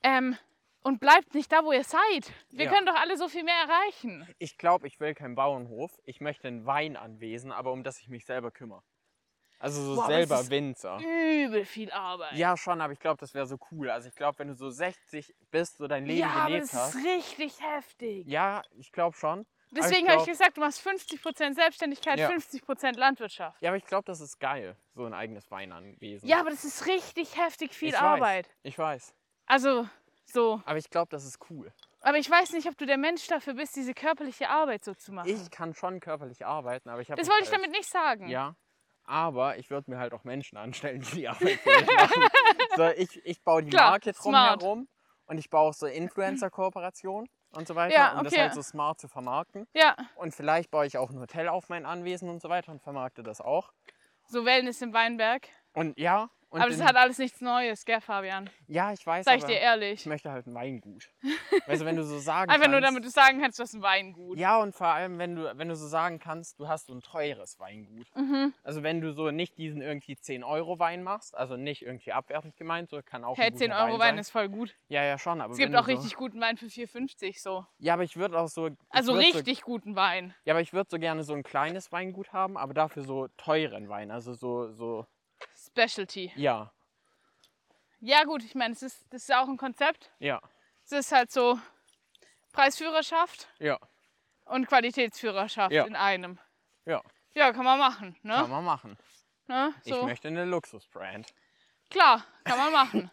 Speaker 1: Ähm, und bleibt nicht da, wo ihr seid. Wir
Speaker 2: Ja.
Speaker 1: können doch alle so viel mehr erreichen.
Speaker 2: Ich glaube, ich will keinen Bauernhof. Ich möchte ein Weinanwesen, aber um das ich mich selber kümmere. Also so
Speaker 1: Boah, aber es
Speaker 2: selber
Speaker 1: ist
Speaker 2: Winzer.
Speaker 1: Übel viel Arbeit.
Speaker 2: Ja, schon, aber ich glaube, das wäre so cool. Also ich glaube, wenn du so 60 bist, so dein Leben
Speaker 1: ja aber das
Speaker 2: gelebt
Speaker 1: ist
Speaker 2: hast.
Speaker 1: richtig heftig.
Speaker 2: Ja, ich glaube schon.
Speaker 1: Deswegen
Speaker 2: ich
Speaker 1: habe ich
Speaker 2: glaub-
Speaker 1: gesagt, du machst 50% Selbstständigkeit,
Speaker 2: Ja.
Speaker 1: 50% Landwirtschaft.
Speaker 2: Ja, aber ich glaube, das ist geil, so ein eigenes Weinanwesen.
Speaker 1: Ja, aber das ist richtig heftig viel
Speaker 2: Ich weiß,
Speaker 1: Arbeit.
Speaker 2: Ich weiß.
Speaker 1: Also so.
Speaker 2: Aber ich glaube, das ist cool.
Speaker 1: Aber ich weiß nicht, ob du der Mensch dafür bist, diese körperliche Arbeit so zu machen.
Speaker 2: Ich kann schon körperlich arbeiten, aber ich habe.
Speaker 1: das wollte ich damit nicht sagen.
Speaker 2: Ja. Aber ich würde mir halt auch Menschen anstellen, die die Arbeit für mich machen. So, ich, ich baue die
Speaker 1: Klar,
Speaker 2: Marke drum
Speaker 1: smart.
Speaker 2: herum und ich baue auch so Influencer-Kooperationen und so weiter,
Speaker 1: Ja,
Speaker 2: um das
Speaker 1: okay.
Speaker 2: halt so smart zu vermarkten.
Speaker 1: Ja,
Speaker 2: Und vielleicht baue ich auch ein Hotel auf mein Anwesen und so weiter und vermarkte das auch.
Speaker 1: so Wellness im Weinberg.
Speaker 2: Und ja, und
Speaker 1: aber das
Speaker 2: in-
Speaker 1: hat alles nichts Neues, gell, Fabian?
Speaker 2: ja, ich weiß,
Speaker 1: Sag ich
Speaker 2: aber
Speaker 1: dir
Speaker 2: ich
Speaker 1: ehrlich.
Speaker 2: möchte halt ein Weingut. Weißt du, wenn du so sagen
Speaker 1: Einfach
Speaker 2: kannst,
Speaker 1: nur, damit du sagen kannst, du hast ein Weingut.
Speaker 2: Ja, und vor allem, wenn du, wenn du so sagen kannst, du hast so ein teures Weingut.
Speaker 1: Mhm.
Speaker 2: Also wenn du so nicht diesen irgendwie 10-Euro-Wein machst, also nicht irgendwie abwertend gemeint, so kann auch
Speaker 1: Hey,
Speaker 2: ein guter
Speaker 1: 10 Euro Wein
Speaker 2: sein.
Speaker 1: ist voll gut.
Speaker 2: Ja, ja, schon. Aber
Speaker 1: Es
Speaker 2: wenn
Speaker 1: gibt
Speaker 2: du
Speaker 1: auch
Speaker 2: so,
Speaker 1: richtig guten Wein für 4,50 so.
Speaker 2: Ja, aber ich würde auch so... ich
Speaker 1: Also
Speaker 2: würd
Speaker 1: richtig guten Wein.
Speaker 2: So, ja, aber ich würde so gerne so ein kleines Weingut haben, aber dafür so teuren Wein. Also so, so
Speaker 1: Specialty.
Speaker 2: ja,
Speaker 1: Ja gut, ich meine, es ist, das ist auch ein Konzept.
Speaker 2: ja,
Speaker 1: Es ist halt so Preisführerschaft
Speaker 2: ja,
Speaker 1: und Qualitätsführerschaft
Speaker 2: Ja.
Speaker 1: in einem.
Speaker 2: ja.
Speaker 1: Ja, kann man machen. Ne?
Speaker 2: Kann man machen.
Speaker 1: Ne?
Speaker 2: Ich
Speaker 1: So.
Speaker 2: möchte eine Luxusbrand.
Speaker 1: Klar, kann man machen.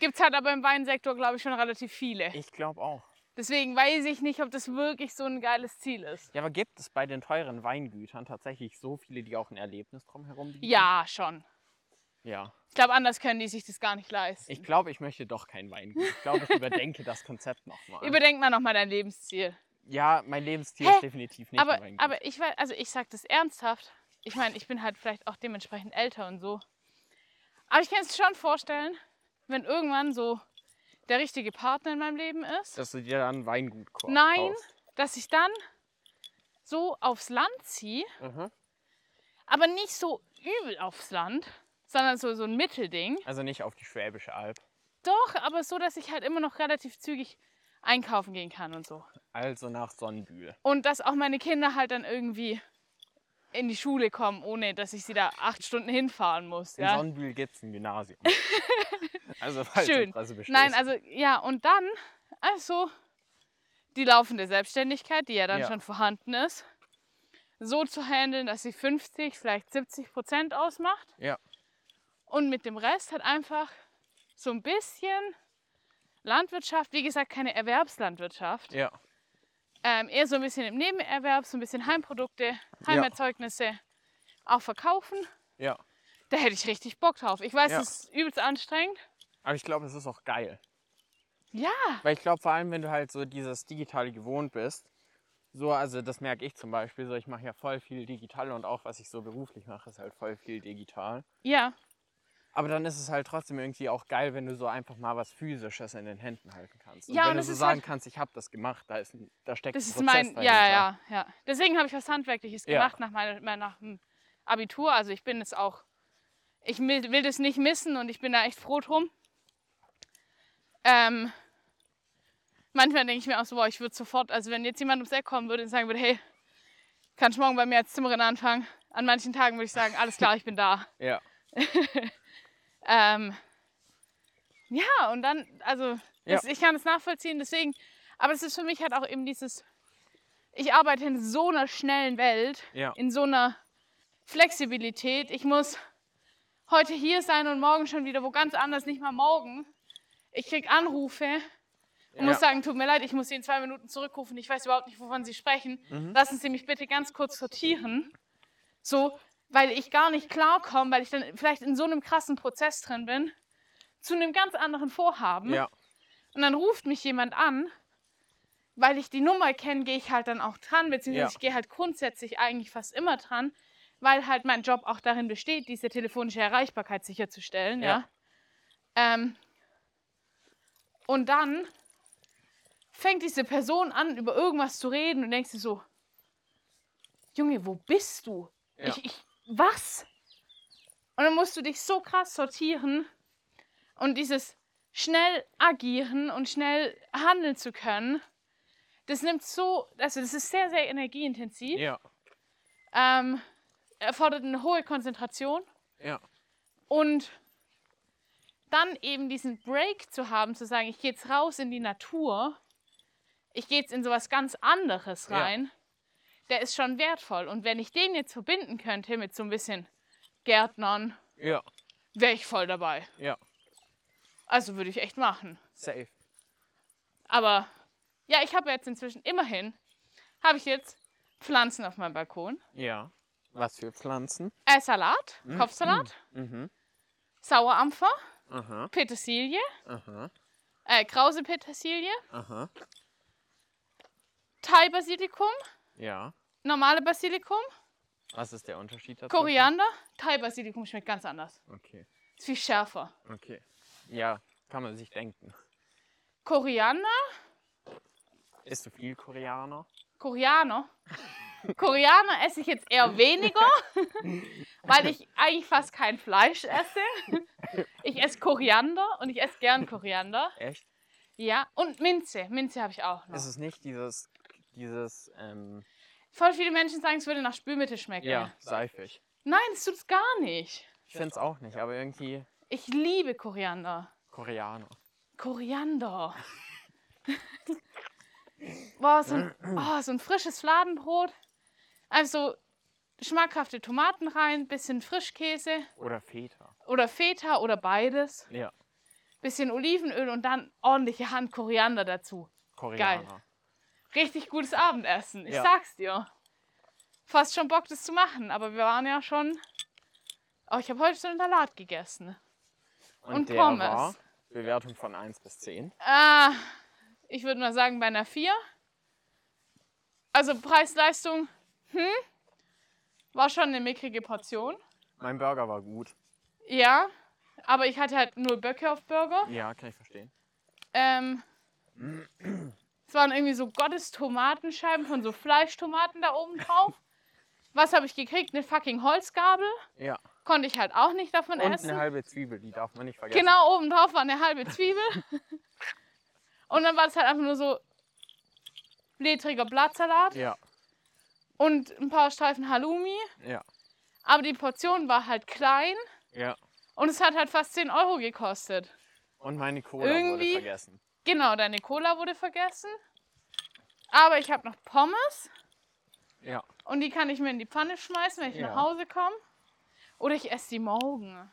Speaker 1: Gibt es halt aber im Weinsektor, glaube ich, schon relativ viele.
Speaker 2: Ich glaube auch.
Speaker 1: Deswegen weiß ich nicht, ob das wirklich so ein geiles Ziel ist.
Speaker 2: Ja, aber gibt es bei den teuren Weingütern tatsächlich so viele, die auch ein Erlebnis drumherum bieten?
Speaker 1: Ja, schon.
Speaker 2: Ja.
Speaker 1: Ich glaube, anders können die sich das gar nicht leisten.
Speaker 2: Ich glaube, ich möchte doch kein Weingut. Ich glaube, ich überdenke das Konzept nochmal.
Speaker 1: Überdenk mal nochmal dein Lebensziel.
Speaker 2: ja, mein Lebensstil
Speaker 1: Hä?
Speaker 2: ist definitiv nicht ein
Speaker 1: aber,
Speaker 2: Weingut.
Speaker 1: aber ich weiß, also ich sag das ernsthaft. Ich meine, ich bin halt vielleicht auch dementsprechend älter und so. Aber ich kann es schon vorstellen, wenn irgendwann so der richtige Partner in meinem Leben ist,
Speaker 2: Dass du dir dann ein Weingut kaufst.
Speaker 1: Nein. dass ich dann so aufs Land ziehe,
Speaker 2: Mhm.
Speaker 1: aber nicht so übel aufs Land, sondern so, so ein Mittelding.
Speaker 2: Also nicht auf die Schwäbische Alb.
Speaker 1: Doch, aber so, dass ich halt immer noch relativ zügig einkaufen gehen kann und so.
Speaker 2: Also nach Sonnenbühl.
Speaker 1: Und dass auch meine Kinder halt dann irgendwie in die Schule kommen, ohne dass ich sie da acht Stunden hinfahren muss.
Speaker 2: In
Speaker 1: Ja?
Speaker 2: Sonnenbühl gibt es ein Gymnasium. also falls
Speaker 1: Schön.
Speaker 2: Interesse besteht.
Speaker 1: Nein, also ja, und dann, also die laufende Selbstständigkeit, die ja dann
Speaker 2: Ja.
Speaker 1: schon vorhanden ist, so zu handeln, dass sie 50, vielleicht 70 Prozent ausmacht
Speaker 2: ja.
Speaker 1: und mit dem Rest halt einfach so ein bisschen Landwirtschaft, wie gesagt, keine Erwerbslandwirtschaft,
Speaker 2: Ja.
Speaker 1: ähm, eher so ein bisschen im Nebenerwerb, so ein bisschen Heimprodukte, Heimerzeugnisse auch verkaufen.
Speaker 2: Ja.
Speaker 1: Da hätte ich richtig Bock drauf. Ich weiß,
Speaker 2: Ja.
Speaker 1: es ist übelst anstrengend.
Speaker 2: Aber ich glaube, es ist auch geil.
Speaker 1: Ja,
Speaker 2: Weil ich glaube, vor allem, wenn du halt so dieses Digitale gewohnt bist, so, also das merke ich zum Beispiel, so ich mache ja voll viel digital und auch was ich so beruflich mache, ist halt voll viel digital.
Speaker 1: ja.
Speaker 2: Aber dann ist es halt trotzdem irgendwie auch geil, wenn du so einfach mal was Physisches in den Händen halten kannst. Und
Speaker 1: Ja, und
Speaker 2: wenn du
Speaker 1: es
Speaker 2: so
Speaker 1: ist
Speaker 2: sagen
Speaker 1: halt-
Speaker 2: kannst, ich habe das gemacht, da, ist ein, da steckt
Speaker 1: Das
Speaker 2: ein
Speaker 1: ist
Speaker 2: Prozess
Speaker 1: mein,
Speaker 2: dahinter.
Speaker 1: ja, ja, ja. Deswegen habe ich was Handwerkliches
Speaker 2: Ja.
Speaker 1: gemacht nach, meiner, mein- nach dem Abitur. Also ich bin jetzt auch, ich will, will das nicht missen und ich bin da echt froh drum. Ähm, manchmal denke ich mir auch so, boah, ich würde sofort, also wenn jetzt jemand ums Eck kommen würde und sagen würde, hey, kannst du morgen bei mir als Zimmerin anfangen? An manchen Tagen würde ich sagen, alles klar, ich bin da.
Speaker 2: Ja,
Speaker 1: Ähm, ja, und dann, also das, ich kann es nachvollziehen, deswegen, aber es ist für mich halt auch eben dieses, ich arbeite in so einer schnellen Welt,
Speaker 2: Ja.
Speaker 1: in so einer Flexibilität. Ich muss heute hier sein und morgen schon wieder wo ganz anders, nicht mal morgen. Ich krieg Anrufe und
Speaker 2: Ja.
Speaker 1: muss sagen, tut mir leid, ich muss Sie in zwei Minuten zurückrufen. Ich weiß überhaupt nicht, wovon Sie sprechen.
Speaker 2: Mhm.
Speaker 1: Lassen Sie mich bitte ganz kurz sortieren. So, weil ich gar nicht klarkomme, weil ich dann vielleicht in so einem krassen Prozess drin bin, zu einem ganz anderen Vorhaben
Speaker 2: ja,
Speaker 1: Und dann ruft mich jemand an, weil ich die Nummer kenne, gehe ich halt dann auch dran, beziehungsweise
Speaker 2: Ja.
Speaker 1: ich gehe halt grundsätzlich eigentlich fast immer dran, weil halt mein Job auch darin besteht, diese telefonische Erreichbarkeit sicherzustellen, ja.
Speaker 2: Ja.
Speaker 1: Ähm, und dann fängt diese Person an, über irgendwas zu reden und denkst dir so, Junge, wo bist du?
Speaker 2: Ja.
Speaker 1: Ich, ich, was? Und dann musst du dich so krass sortieren und dieses schnell agieren und schnell handeln zu können, das nimmt so, also das ist sehr, sehr energieintensiv,
Speaker 2: Ja,
Speaker 1: ähm, erfordert eine hohe Konzentration
Speaker 2: ja,
Speaker 1: und dann eben diesen Break zu haben, zu sagen, ich gehe jetzt raus in die Natur, ich gehe jetzt in sowas ganz anderes
Speaker 2: Ja.
Speaker 1: rein, der ist schon wertvoll. Und wenn ich den jetzt verbinden könnte mit so ein bisschen Gärtnern,
Speaker 2: ja,
Speaker 1: wäre ich voll dabei.
Speaker 2: ja.
Speaker 1: Also würde ich echt machen.
Speaker 2: Safe.
Speaker 1: Aber ja, ich habe jetzt inzwischen immerhin, habe ich jetzt Pflanzen auf meinem Balkon.
Speaker 2: Ja. Was für Pflanzen?
Speaker 1: Äh, Salat, Kopfsalat,
Speaker 2: Mhm.
Speaker 1: Sauerampfer,
Speaker 2: Aha,
Speaker 1: Petersilie,
Speaker 2: aha,
Speaker 1: äh, Krause Petersilie,
Speaker 2: aha.
Speaker 1: Thai-Basilikum,
Speaker 2: Ja.
Speaker 1: normale Basilikum,
Speaker 2: Was ist der Unterschied dazu?
Speaker 1: Koriander. Thai-Basilikum schmeckt ganz anders.
Speaker 2: Okay,
Speaker 1: Ist viel schärfer.
Speaker 2: okay. Ja, kann man sich denken.
Speaker 1: Koriander,
Speaker 2: Isst du viel Koreaner?
Speaker 1: Koreaner. Koreaner esse ich jetzt eher weniger, weil ich eigentlich fast kein Fleisch esse. Ich esse Koriander und ich esse gern Koriander.
Speaker 2: Echt?
Speaker 1: Ja, und Minze. Minze habe ich auch noch.
Speaker 2: Ist es nicht dieses, dieses, ähm,
Speaker 1: Voll viele Menschen sagen, es würde nach Spülmittel schmecken.
Speaker 2: ja, seifig.
Speaker 1: Nein, es tut es gar nicht.
Speaker 2: Ich finde es auch nicht, aber irgendwie
Speaker 1: Ich liebe Koriander.
Speaker 2: Koreaner.
Speaker 1: Koriander. Boah, so ein, oh, so ein frisches Fladenbrot. Also schmackhafte Tomaten rein, bisschen Frischkäse
Speaker 2: Oder Feta.
Speaker 1: oder Feta oder beides.
Speaker 2: Ja,
Speaker 1: Bisschen Olivenöl und dann ordentliche Hand Koriander dazu.
Speaker 2: Koreaner.
Speaker 1: Richtig gutes Abendessen, ich
Speaker 2: Ja.
Speaker 1: sag's dir. Fast schon Bock, das zu machen, aber wir waren ja schon. Oh, ich habe heute schon einen Salat gegessen.
Speaker 2: Und,
Speaker 1: Und
Speaker 2: der
Speaker 1: Pommes.
Speaker 2: war Bewertung von 1 bis 10.
Speaker 1: Ah, ich würde mal sagen, bei einer 4. Also Preis-Leistung, hm, war schon eine mickrige Portion.
Speaker 2: Mein Burger war gut.
Speaker 1: Ja, aber ich hatte halt nur Böcke auf Burger.
Speaker 2: Ja, kann ich verstehen.
Speaker 1: Ähm, es waren irgendwie so Gottes Tomatenscheiben von so Fleischtomaten da oben drauf. Was habe ich gekriegt? Eine fucking Holzgabel.
Speaker 2: Ja.
Speaker 1: Konnte ich halt auch nicht davon
Speaker 2: Und
Speaker 1: essen.
Speaker 2: eine halbe Zwiebel, die darf man nicht vergessen.
Speaker 1: Genau, oben drauf war eine halbe Zwiebel. Und dann war es halt einfach nur so ledriger Blattsalat
Speaker 2: Ja,
Speaker 1: und ein paar Streifen Halloumi.
Speaker 2: ja,
Speaker 1: Aber die Portion war halt klein
Speaker 2: ja.
Speaker 1: und es hat halt fast 10 Euro gekostet.
Speaker 2: Und meine Cola
Speaker 1: Irgendwie-
Speaker 2: wurde vergessen.
Speaker 1: Genau, deine Cola wurde vergessen. Aber ich habe noch Pommes.
Speaker 2: Ja.
Speaker 1: Und die kann ich mir in die Pfanne schmeißen, wenn ich
Speaker 2: Ja.
Speaker 1: nach Hause komme. Oder ich esse die morgen.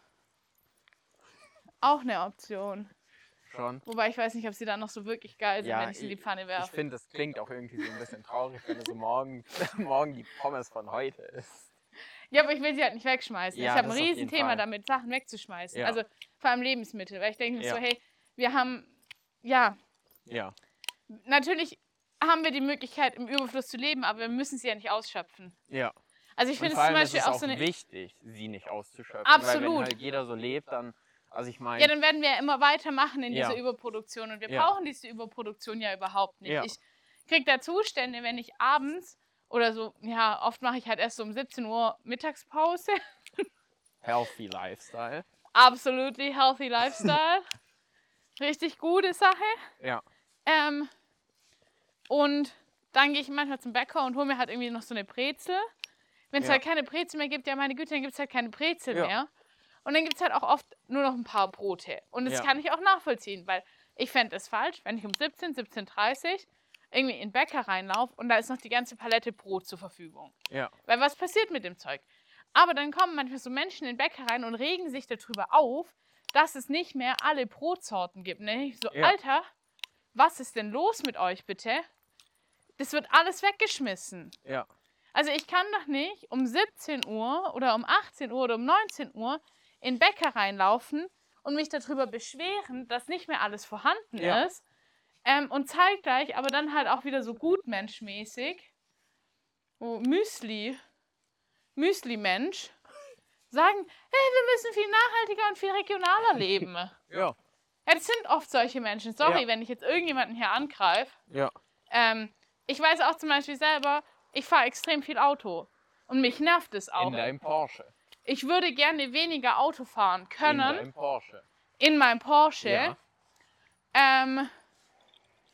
Speaker 1: Auch eine Option.
Speaker 2: Schon.
Speaker 1: Wobei ich weiß nicht, ob sie dann noch so wirklich geil sind,
Speaker 2: Ja,
Speaker 1: wenn ich sie in Also die Pfanne
Speaker 2: Ich
Speaker 1: werfe.
Speaker 2: finde, das klingt auch irgendwie so ein bisschen traurig, wenn es so morgen, morgen die Pommes von heute ist.
Speaker 1: Ja, aber ich will sie halt nicht wegschmeißen. ich
Speaker 2: Ja,
Speaker 1: habe ein
Speaker 2: das auf jeden
Speaker 1: Riesenthema
Speaker 2: Fall.
Speaker 1: damit, Sachen wegzuschmeißen.
Speaker 2: Ja.
Speaker 1: Also vor allem Lebensmittel. Weil ich denke mir
Speaker 2: Ja.
Speaker 1: so, hey, wir haben, ja,
Speaker 2: Ja,
Speaker 1: natürlich haben wir die Möglichkeit, im Überfluss zu leben, aber wir müssen sie ja nicht ausschöpfen.
Speaker 2: ja.
Speaker 1: Also ich
Speaker 2: Und
Speaker 1: finde es
Speaker 2: vor
Speaker 1: zum
Speaker 2: allem ist
Speaker 1: Beispiel
Speaker 2: es
Speaker 1: auch
Speaker 2: auch
Speaker 1: so eine.
Speaker 2: wichtig, sie nicht auszuschöpfen. Weil wenn
Speaker 1: Absolut.
Speaker 2: halt jeder so lebt, dann, also ich meine,
Speaker 1: Ja, dann werden wir ja immer weitermachen in
Speaker 2: Ja.
Speaker 1: dieser Überproduktion. Und wir
Speaker 2: Ja.
Speaker 1: brauchen diese Überproduktion ja überhaupt nicht.
Speaker 2: Ja.
Speaker 1: Ich kriege da Zustände, wenn ich abends oder so, ja, oft mache ich halt erst so um 17 Uhr Mittagspause.
Speaker 2: healthy Lifestyle.
Speaker 1: Absolutely healthy lifestyle. Richtig gute Sache.
Speaker 2: Ja,
Speaker 1: Ähm, und dann gehe ich manchmal zum Bäcker und hole mir halt irgendwie noch so eine Brezel. Wenn es
Speaker 2: Ja.
Speaker 1: halt keine Brezel mehr gibt, ja meine Güte, dann gibt es halt keine Brezel
Speaker 2: Ja.
Speaker 1: mehr. Und dann gibt es halt auch oft nur noch ein paar Brote. Und das
Speaker 2: Ja.
Speaker 1: kann ich auch nachvollziehen, weil ich fände es falsch, wenn ich um 17, 17.30 Uhr irgendwie in den Bäcker reinlaufe und da ist noch die ganze Palette Brot zur Verfügung.
Speaker 2: ja,
Speaker 1: Weil was passiert mit dem Zeug? Aber dann kommen manchmal so Menschen in den Bäcker rein und regen sich darüber auf, dass es nicht mehr alle Brotsorten gibt. Ne? Ich so,
Speaker 2: Ja.
Speaker 1: Alter, was ist denn los mit euch bitte? Das wird alles weggeschmissen.
Speaker 2: ja,
Speaker 1: Also ich kann doch nicht um 17 Uhr oder um 18 Uhr oder um 19 Uhr in den Bäcker reinlaufen und mich darüber beschweren, dass nicht mehr alles vorhanden
Speaker 2: Ja.
Speaker 1: ist, Ähm, und zeitgleich, aber dann halt auch wieder so gutmenschmäßig. Oh, Müsli. Müsli-Mensch. Sagen, hey, wir müssen viel nachhaltiger und viel regionaler leben. ja,
Speaker 2: Ja.
Speaker 1: das sind oft solche Menschen. Sorry,
Speaker 2: Ja.
Speaker 1: wenn ich jetzt irgendjemanden hier angreife.
Speaker 2: Ja.
Speaker 1: Ähm, ich weiß auch zum Beispiel selber, ich fahre extrem viel Auto. Und mich nervt es auch.
Speaker 3: In deinem Porsche.
Speaker 1: Ich würde gerne weniger Auto fahren
Speaker 3: In
Speaker 1: können
Speaker 3: deinem Porsche.
Speaker 1: in, meinem Porsche.
Speaker 2: Ja.
Speaker 1: Ähm,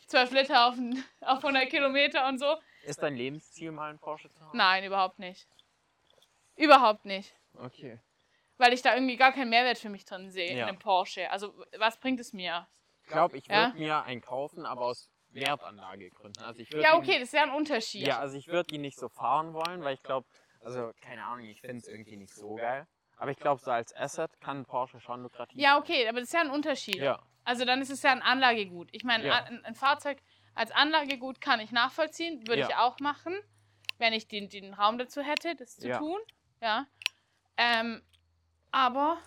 Speaker 1: 12 Liter auf, auf 100 Kilometer und so.
Speaker 2: Ist dein Lebensziel mal ein Porsche zu haben?
Speaker 1: Nein, überhaupt nicht. Überhaupt nicht.
Speaker 2: Okay.
Speaker 1: Weil ich da irgendwie gar keinen Mehrwert für mich drin sehe in
Speaker 2: Ja.
Speaker 1: einem Porsche. Also, was bringt es mir?
Speaker 2: Ich glaube, ich
Speaker 1: Ja.
Speaker 2: würde mir einen kaufen, aber aus Wertanlagegründen. Also ich würd
Speaker 1: Ja,
Speaker 2: ihn-
Speaker 1: okay, das ist ja ein Unterschied.
Speaker 2: Ja, also ich würde ihn nicht so fahren wollen, weil ich glaube, also keine Ahnung, ich finde es irgendwie nicht so geil. Aber ich glaube, so als Asset kann Porsche schon lukrativ
Speaker 1: Ja, okay, aber das ist ja ein Unterschied.
Speaker 2: sein. Ja,
Speaker 1: Also dann ist es ja ein Anlagegut. Ich meine,
Speaker 2: Ja.
Speaker 1: ein, ein Fahrzeug als Anlagegut kann ich nachvollziehen, würde
Speaker 2: Ja.
Speaker 1: ich auch machen, wenn ich den, den Raum dazu hätte, das zu
Speaker 2: Ja.
Speaker 1: tun. Ja. Ähm, aber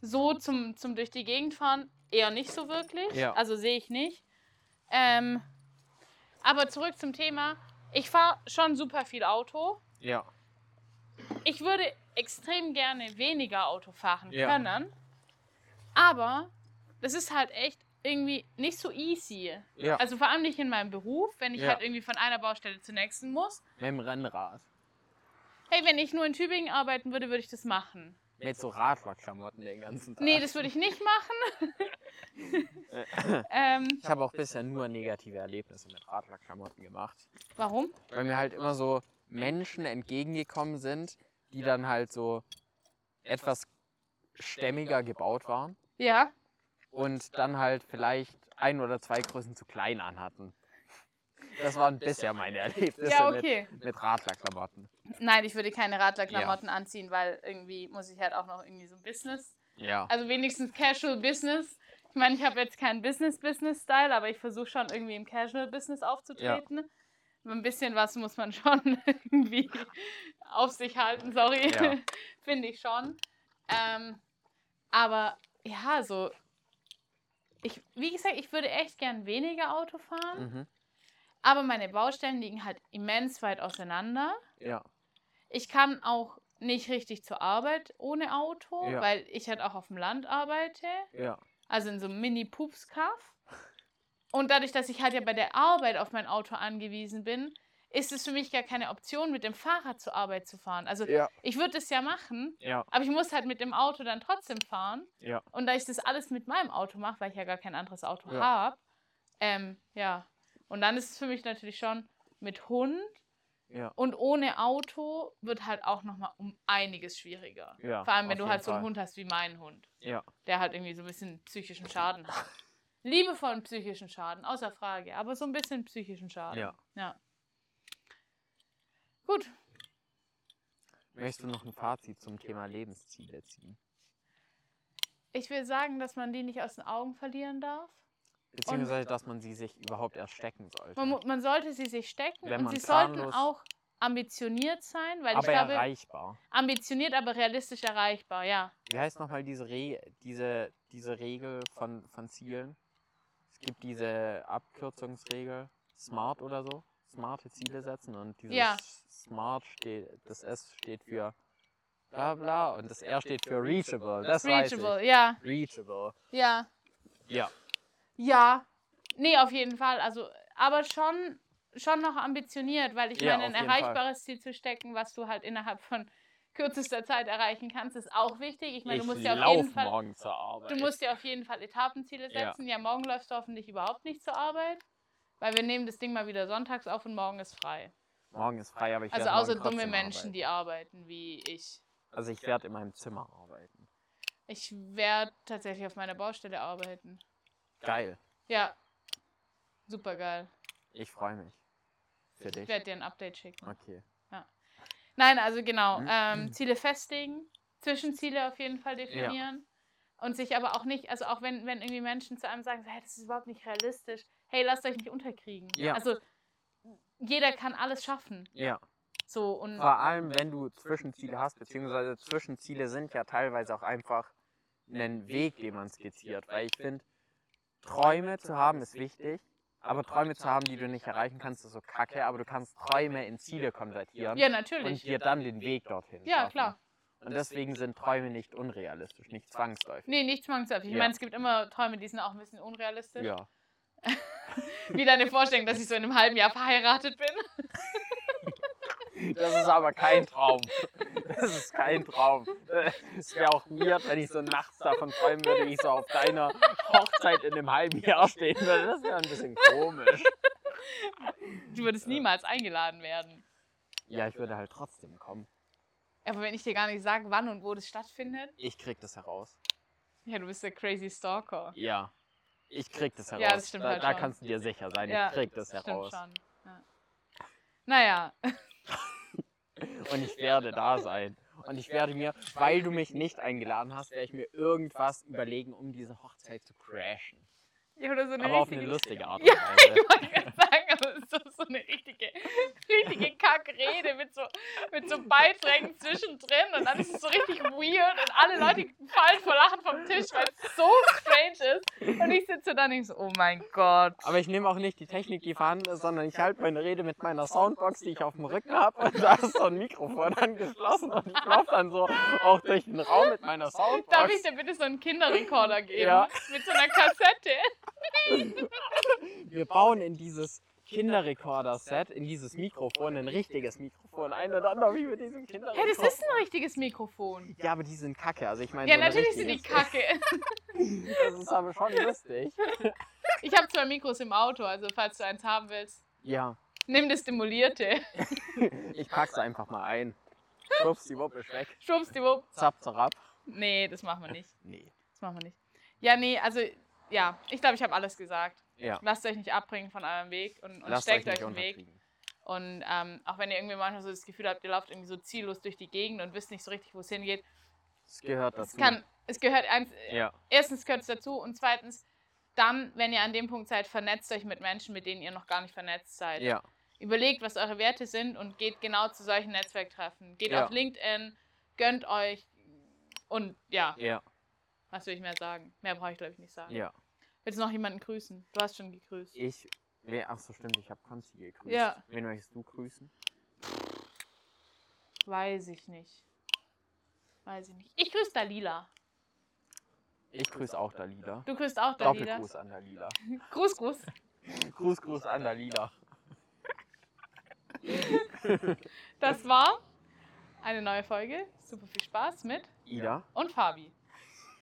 Speaker 1: so zum, zum durch die Gegend fahren eher nicht so wirklich.
Speaker 2: Ja.
Speaker 1: Also sehe ich nicht. Ähm, aber zurück zum Thema. Ich fahre schon super viel Auto.
Speaker 2: ja,
Speaker 1: Ich würde extrem gerne weniger Auto fahren
Speaker 2: Ja.
Speaker 1: können, aber das ist halt echt irgendwie nicht so easy.
Speaker 2: ja.
Speaker 1: Also vor allem nicht in meinem Beruf, wenn ich
Speaker 2: Ja.
Speaker 1: halt irgendwie von einer Baustelle zur nächsten muss.
Speaker 2: mit dem Rennrad.
Speaker 1: Hey, wenn ich nur in Tübingen arbeiten würde, würde ich das machen.
Speaker 2: Mit so Radlerklamotten den ganzen Tag.
Speaker 1: Nee, das würde ich nicht machen. ähm,
Speaker 2: ich habe auch bisher nur negative Erlebnisse mit Radlerklamotten gemacht.
Speaker 1: warum?
Speaker 2: weil mir halt immer so Menschen entgegengekommen sind, die dann halt so etwas stämmiger gebaut waren
Speaker 1: Ja.
Speaker 2: und dann halt vielleicht ein oder zwei Größen zu klein anhatten. Das waren bisher meine Erlebnisse
Speaker 1: Ja, okay.
Speaker 2: mit, mit Radlerklamotten.
Speaker 1: Nein, ich würde keine Radlerklamotten anziehen, weil irgendwie muss ich halt auch noch irgendwie so ein Business
Speaker 2: Ja.
Speaker 1: Also wenigstens Casual Business. Ich meine, ich habe jetzt keinen Business-Business-Style, aber ich versuche schon irgendwie im Casual-Business aufzutreten. Ein bisschen was muss man schon irgendwie auf sich halten, sorry.
Speaker 2: Ja.
Speaker 1: Finde ich schon. Ähm, aber ja, so. Ich, wie gesagt, ich würde echt gern weniger Auto fahren,
Speaker 2: Mhm.
Speaker 1: aber meine Baustellen liegen halt immens weit auseinander.
Speaker 2: Ja.
Speaker 1: Ich kann auch nicht richtig zur Arbeit ohne Auto,
Speaker 2: Ja.
Speaker 1: weil ich halt auch auf dem Land arbeite.
Speaker 2: Ja.
Speaker 1: Also in so einem Mini-Pups-Kaff. Und dadurch, dass ich halt ja bei der Arbeit auf mein Auto angewiesen bin, ist es für mich gar keine Option, mit dem Fahrrad zur Arbeit zu fahren. Also
Speaker 2: Ja.
Speaker 1: ich würde es ja machen,
Speaker 2: Ja.
Speaker 1: aber ich muss halt mit dem Auto dann trotzdem fahren.
Speaker 2: Ja.
Speaker 1: Und da ich das alles mit meinem Auto mache, weil ich ja gar kein anderes Auto
Speaker 2: Ja.
Speaker 1: habe, ähm, ja. Und dann ist es für mich natürlich schon mit Hund
Speaker 2: Ja.
Speaker 1: und ohne Auto wird halt auch nochmal um einiges schwieriger.
Speaker 2: Ja,
Speaker 1: Vor allem, wenn
Speaker 2: auf
Speaker 1: du halt
Speaker 2: jeden
Speaker 1: so einen
Speaker 2: Fall.
Speaker 1: Hund hast wie meinen Hund
Speaker 2: Ja.
Speaker 1: der halt irgendwie so ein bisschen psychischen Schaden hat. Liebevollen psychischen Schaden, außer Frage, aber so ein bisschen psychischen Schaden.
Speaker 2: Ja.
Speaker 1: ja. Gut,
Speaker 2: Möchtest du noch ein Fazit zum Thema Lebensziele ziehen?
Speaker 1: ich will sagen, dass man die nicht aus den Augen verlieren darf.
Speaker 2: Beziehungsweise, dass man sie sich überhaupt erst stecken sollte.
Speaker 1: Man, mu- man sollte sie sich stecken
Speaker 2: Wenn
Speaker 1: und
Speaker 2: man
Speaker 1: sie sollten
Speaker 2: planlos-
Speaker 1: auch ambitioniert sein, weil
Speaker 2: Aber
Speaker 1: ich glaube,
Speaker 2: erreichbar.
Speaker 1: ambitioniert, aber realistisch erreichbar, ja.
Speaker 2: Wie heißt nochmal diese, Re diese, diese Regel von, von Zielen? Es gibt diese Abkürzungsregel, SMART oder so. Smarte Ziele setzen und dieses
Speaker 1: Ja.
Speaker 2: SMART steht, das S steht für bla bla und das R steht für Reachable. Das Reachable. weiß
Speaker 1: Reachable, ja,
Speaker 2: ich. Reachable.
Speaker 1: ja.
Speaker 2: Ja.
Speaker 1: Ja, nee, auf jeden Fall. Also, aber schon, schon noch ambitioniert, weil ich
Speaker 2: Ja,
Speaker 1: meine, ein
Speaker 2: auf jeden Fall.
Speaker 1: erreichbares Ziel zu stecken, was du halt innerhalb von kürzester Zeit erreichen kannst, ist auch wichtig. Ich meine,
Speaker 2: Ich
Speaker 1: du musst ja auf jeden
Speaker 2: lauf
Speaker 1: Fall,
Speaker 2: morgen zur Arbeit.
Speaker 1: du musst ja auf jeden Fall Etappenziele
Speaker 2: Ja.
Speaker 1: setzen. Ja. morgen läufst du hoffentlich überhaupt nicht zur Arbeit, weil wir nehmen das Ding mal wieder sonntags auf und morgen ist frei.
Speaker 2: morgen ist frei, aber ich
Speaker 1: Also
Speaker 2: werd morgen
Speaker 1: außer dumme
Speaker 2: trotzdem
Speaker 1: Menschen,
Speaker 2: arbeiten.
Speaker 1: die arbeiten, wie ich.
Speaker 2: Also ich werde in meinem Zimmer arbeiten.
Speaker 1: Ich werde tatsächlich auf meiner Baustelle arbeiten.
Speaker 2: Geil.
Speaker 1: Ja, super geil.
Speaker 2: Ich freue mich. Für
Speaker 1: Ich
Speaker 2: dich.
Speaker 1: werde dir ein Update schicken.
Speaker 2: Okay.
Speaker 1: Nein, also genau.
Speaker 2: Mhm.
Speaker 1: Ähm, Ziele festlegen, Zwischenziele auf jeden Fall definieren. Und sich aber auch nicht, also auch wenn, wenn irgendwie Menschen zu einem sagen, so, hey, das ist überhaupt nicht realistisch, hey, lasst euch nicht unterkriegen.
Speaker 2: Ja.
Speaker 1: Also jeder kann alles schaffen.
Speaker 2: Ja.
Speaker 1: So und
Speaker 2: Vor allem, wenn du Zwischenziele hast, beziehungsweise Zwischenziele sind ja teilweise auch einfach ein Weg, den man skizziert. Weil ich finde, Träume zu haben ist wichtig, aber Träume zu haben, die du nicht erreichen kannst, ist so kacke, aber du kannst Träume in Ziele konvertieren
Speaker 1: Ja,
Speaker 2: und
Speaker 1: natürlich.
Speaker 2: dir dann den Weg dorthin
Speaker 1: Ja,
Speaker 2: schaffen.
Speaker 1: klar.
Speaker 2: Und deswegen sind Träume nicht unrealistisch, nicht zwangsläufig.
Speaker 1: Nee, nicht zwangsläufig. Ich
Speaker 2: Ja.
Speaker 1: meine, es gibt immer Träume, die sind auch ein bisschen unrealistisch.
Speaker 2: Ja.
Speaker 1: Wie deine Vorstellung, dass ich so in einem halben Jahr verheiratet bin.
Speaker 2: Das ist aber kein Traum. Das ist kein Traum. Es wäre auch mir, wenn ich so nachts davon träumen würde, wie ich so auf deiner Hochzeit in einem halben Jahr stehen würde. Das wäre ein bisschen komisch.
Speaker 1: Du würdest niemals eingeladen werden.
Speaker 2: Ja, ich würde halt trotzdem kommen.
Speaker 1: Aber wenn ich dir gar nicht sage, wann und wo das stattfindet,
Speaker 2: Ich krieg das heraus.
Speaker 1: ja, du bist der crazy Stalker.
Speaker 2: Ja. Ich krieg das heraus.
Speaker 1: Ja, das stimmt
Speaker 2: da,
Speaker 1: halt
Speaker 2: da
Speaker 1: schon.
Speaker 2: kannst du dir sicher sein.
Speaker 1: Ja,
Speaker 2: ich krieg das
Speaker 1: Stimmt
Speaker 2: heraus.
Speaker 1: schon. Ja. Naja,
Speaker 2: Und ich werde da sein. Und ich werde mir, weil du mich nicht eingeladen hast, werde ich mir irgendwas überlegen, um diese Hochzeit zu crashen.
Speaker 1: ich habe so eine
Speaker 2: Aber auf eine
Speaker 1: richtige
Speaker 2: lustige Art und
Speaker 1: Ja,
Speaker 2: Weise.
Speaker 1: Ich wollte gerade sagen, aber es ist so- so eine richtige, richtige Kackrede mit so, mit so Beiträgen zwischendrin und dann ist es so richtig weird und alle Leute fallen vor Lachen vom Tisch, weil es so strange ist. Und ich sitze da und denk so, oh mein Gott.
Speaker 2: Aber ich nehme auch nicht die Technik, die vorhanden ist, sondern ich halte meine Rede mit meiner Soundbox, die ich auf dem Rücken habe. Und da ist so ein Mikrofon angeschlossen und ich laufe dann so auch durch den Raum mit meiner
Speaker 1: Darf ich
Speaker 2: Soundbox.
Speaker 1: dir bitte so einen Kinderrekorder geben?
Speaker 2: Ja.
Speaker 1: Mit so einer Kassette?
Speaker 2: Wir bauen in dieses Kinderrekorder-Set, in dieses Mikrofon, ein richtiges Mikrofon ein und dann laufe ich mit
Speaker 1: Ja,
Speaker 2: diesem
Speaker 1: das
Speaker 2: Kinderrekorder.
Speaker 1: ist ein richtiges Mikrofon.
Speaker 2: Ja, aber die sind kacke. Also ich meine,
Speaker 1: Ja,
Speaker 2: so ein
Speaker 1: natürlich sind die
Speaker 2: richtiges-
Speaker 1: kacke.
Speaker 2: Das ist aber schon lustig.
Speaker 1: Ich habe zwei Mikros im Auto, also falls du eins haben willst,
Speaker 2: Ja,
Speaker 1: nimm das stimulierte.
Speaker 2: ich pack's einfach mal ein. Schubst die Wuppe ist weg.
Speaker 1: Schwuppsdiwupp.
Speaker 2: Zap, zerab.
Speaker 1: Nee, das machen wir nicht.
Speaker 2: Nee.
Speaker 1: Das machen wir nicht. Ja, nee, also, ja, ich glaube, ich habe alles gesagt.
Speaker 2: Ja.
Speaker 1: Lasst euch nicht abbringen von eurem Weg und, und
Speaker 2: Lasst euch
Speaker 1: steckt
Speaker 2: nicht
Speaker 1: euch einen Weg.
Speaker 2: unterkriegen.
Speaker 1: Und ähm, auch wenn ihr irgendwie manchmal so das Gefühl habt, ihr lauft irgendwie so ziellos durch die Gegend und wisst nicht so richtig, wo es hingeht,
Speaker 2: Es gehört
Speaker 1: es
Speaker 2: dazu.
Speaker 1: kann, es gehört eins,
Speaker 2: ja.
Speaker 1: erstens gehört es dazu und zweitens, dann, wenn ihr an dem Punkt seid, vernetzt euch mit Menschen, mit denen ihr noch gar nicht vernetzt seid.
Speaker 2: ja.
Speaker 1: Überlegt, was eure Werte sind und geht genau zu solchen Netzwerktreffen. Geht
Speaker 2: Ja.
Speaker 1: auf LinkedIn, gönnt euch und ja,
Speaker 2: Ja.
Speaker 1: was will ich mehr sagen? Mehr brauche ich, glaube ich, nicht sagen.
Speaker 2: Ja.
Speaker 1: Willst du noch jemanden grüßen? Du hast schon gegrüßt.
Speaker 2: Ich. Wer, ach so, stimmt, ich habe Konzi gegrüßt.
Speaker 1: Ja.
Speaker 2: Wen möchtest du grüßen?
Speaker 1: Weiß ich nicht. Weiß ich nicht. Ich grüße Dalila.
Speaker 2: Ich grüße auch Dalila.
Speaker 1: Du grüßt auch Dalila.
Speaker 2: Doppelgruß an Dalila.
Speaker 1: Gruß, Gruß.
Speaker 2: Gruß, Gruß an Dalila.
Speaker 1: Das war eine neue Folge. Super viel Spaß mit
Speaker 2: Ida.
Speaker 1: und Fabi.